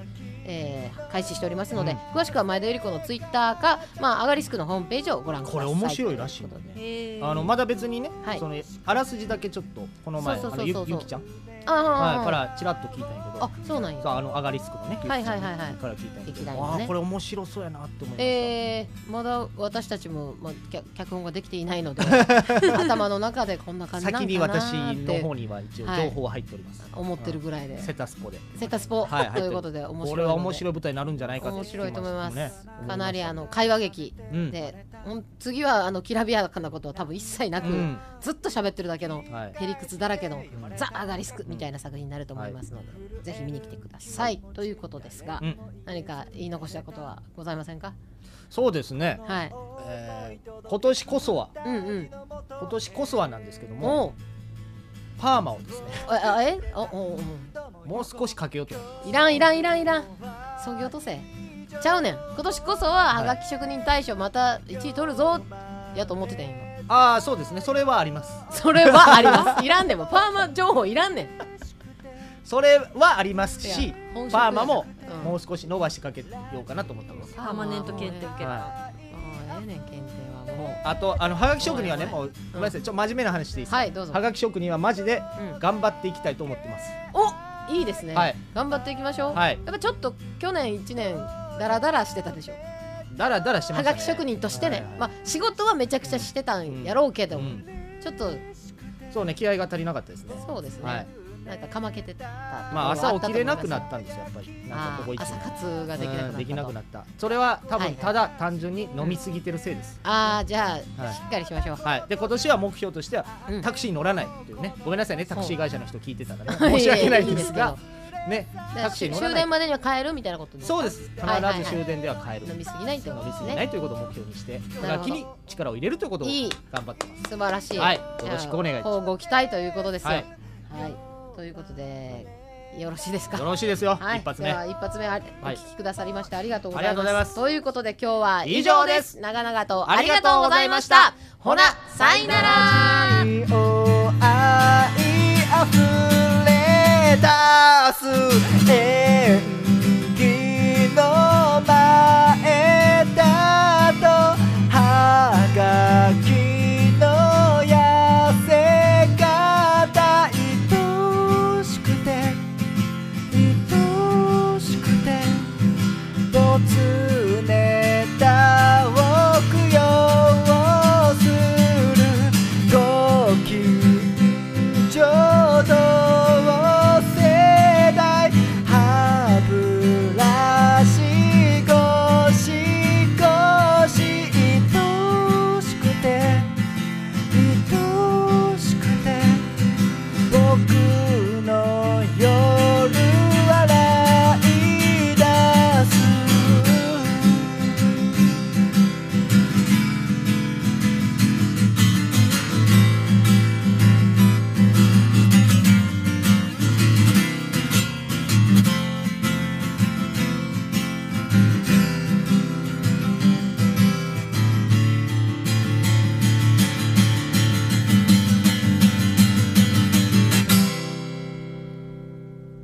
えー開始しておりますので、うん詳しくは前田由里子のツイッターか、まあ、アガリスクのホームページをご覧くださこいれ面白いらしいんだねあのまだ別にね、はいそのあらすじだけちょっとこの前そうそうあそのうゆそうゆきちゃん、あー、はい、からちらっと聞いたんやけどあそうなんそうやあのアガリスクのねゆきちゃんはいはいはいはいから聞いたんやけ劇ど、団のねあーこれ面白そうやなって思いました、えー、まだ私たちも、まあ、脚脚本ができていない ので頭の中でこんな感じなん先にかな私ーっのて方には一応はい情報は入っております、思ってるぐらいで、セタスポでセタスポ、はいということで面白いのでこれは面白い舞台になるんじゃないかって面白いと思います、ねかなりあの会話劇うんで、ほん次はあのきらびやかなことは多分一切なく、うんずっと喋ってるだけのはいへりくつだらけのザ・アガリスクみたいな作品になると思いますので、ぜひ見に来てくださいということですが、うん何か言い残したことはございませんかそうですね、はいえー今年こそはうんうん今年こそはなんですけどもおうパーマをですねえあえおおもう少しかけようと思いますおいらんいらんいらんいらんそぎ落とせちゃうねん今年こそははがき職人大賞また1位取るぞやと思ってたん今 ああそうですねそれはありますそれはありますいらんねんもうパーマ情報いらんねんそれはありますいしや本職パーマもうんもう少し伸ばしてかけようかなと思ってます、パーマネント検定受けた。はもうええねんい、検定はもうもうあとあのはがき職人はねごもうごめんなさいちょっと真面目な話していいですか、はいどうぞはがき職人はマジでうん頑張っていきたいと思ってます、おいいですね、はい頑張っていきましょう、はいやっぱちょっと去年1年ダラダラしてたでしょ、だらだらしてまはしたねがき職人としてね、はいはいまあ、仕事はめちゃくちゃしてたんやろうけど、うんちょっとそうね気合が足りなかったですねそうですね、はいなんかかまけてたまあ朝起きれなくなたったんですよやっぱりとなんかここ思い一ます年あー朝活ができなくなっうんたとできなくなったそれは多は分いはいただ単純に飲みすぎてるせいです、ああじゃあ、はいしっかりしましょうはい、で今年は目標としてはうんタクシーに乗らないっていうね、ごめんなさいねタクシー会社の人聞いてたら、ね、はい申し訳ないんですいいがでねだタかクシーに乗らら終ない電までには帰るみたいなことねそうです必はいはいはいず終電では帰る、飲みすぎないってこと飲でみすすねぎないということを目標にしてほどはがきに力を入れるということをいい頑張ってます素晴らしい、はいよろしくお願いいたしますじゃあご期待ということですよははいい、ということでよろしいですかよろしいですよ、はい、一発で目は一発目あれおはい聞きくださりましてありがとうございあます。りがとうございますということで今日は以上です以上長々とあありりががととううごござざいいままししたた。ほなさいなら。を愛あふれ出す演技の前だとはがきの痩せ方愛しくて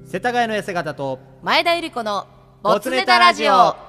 世田谷の痩せ方と前田ゆり子のボボツツネネタタララジジオオ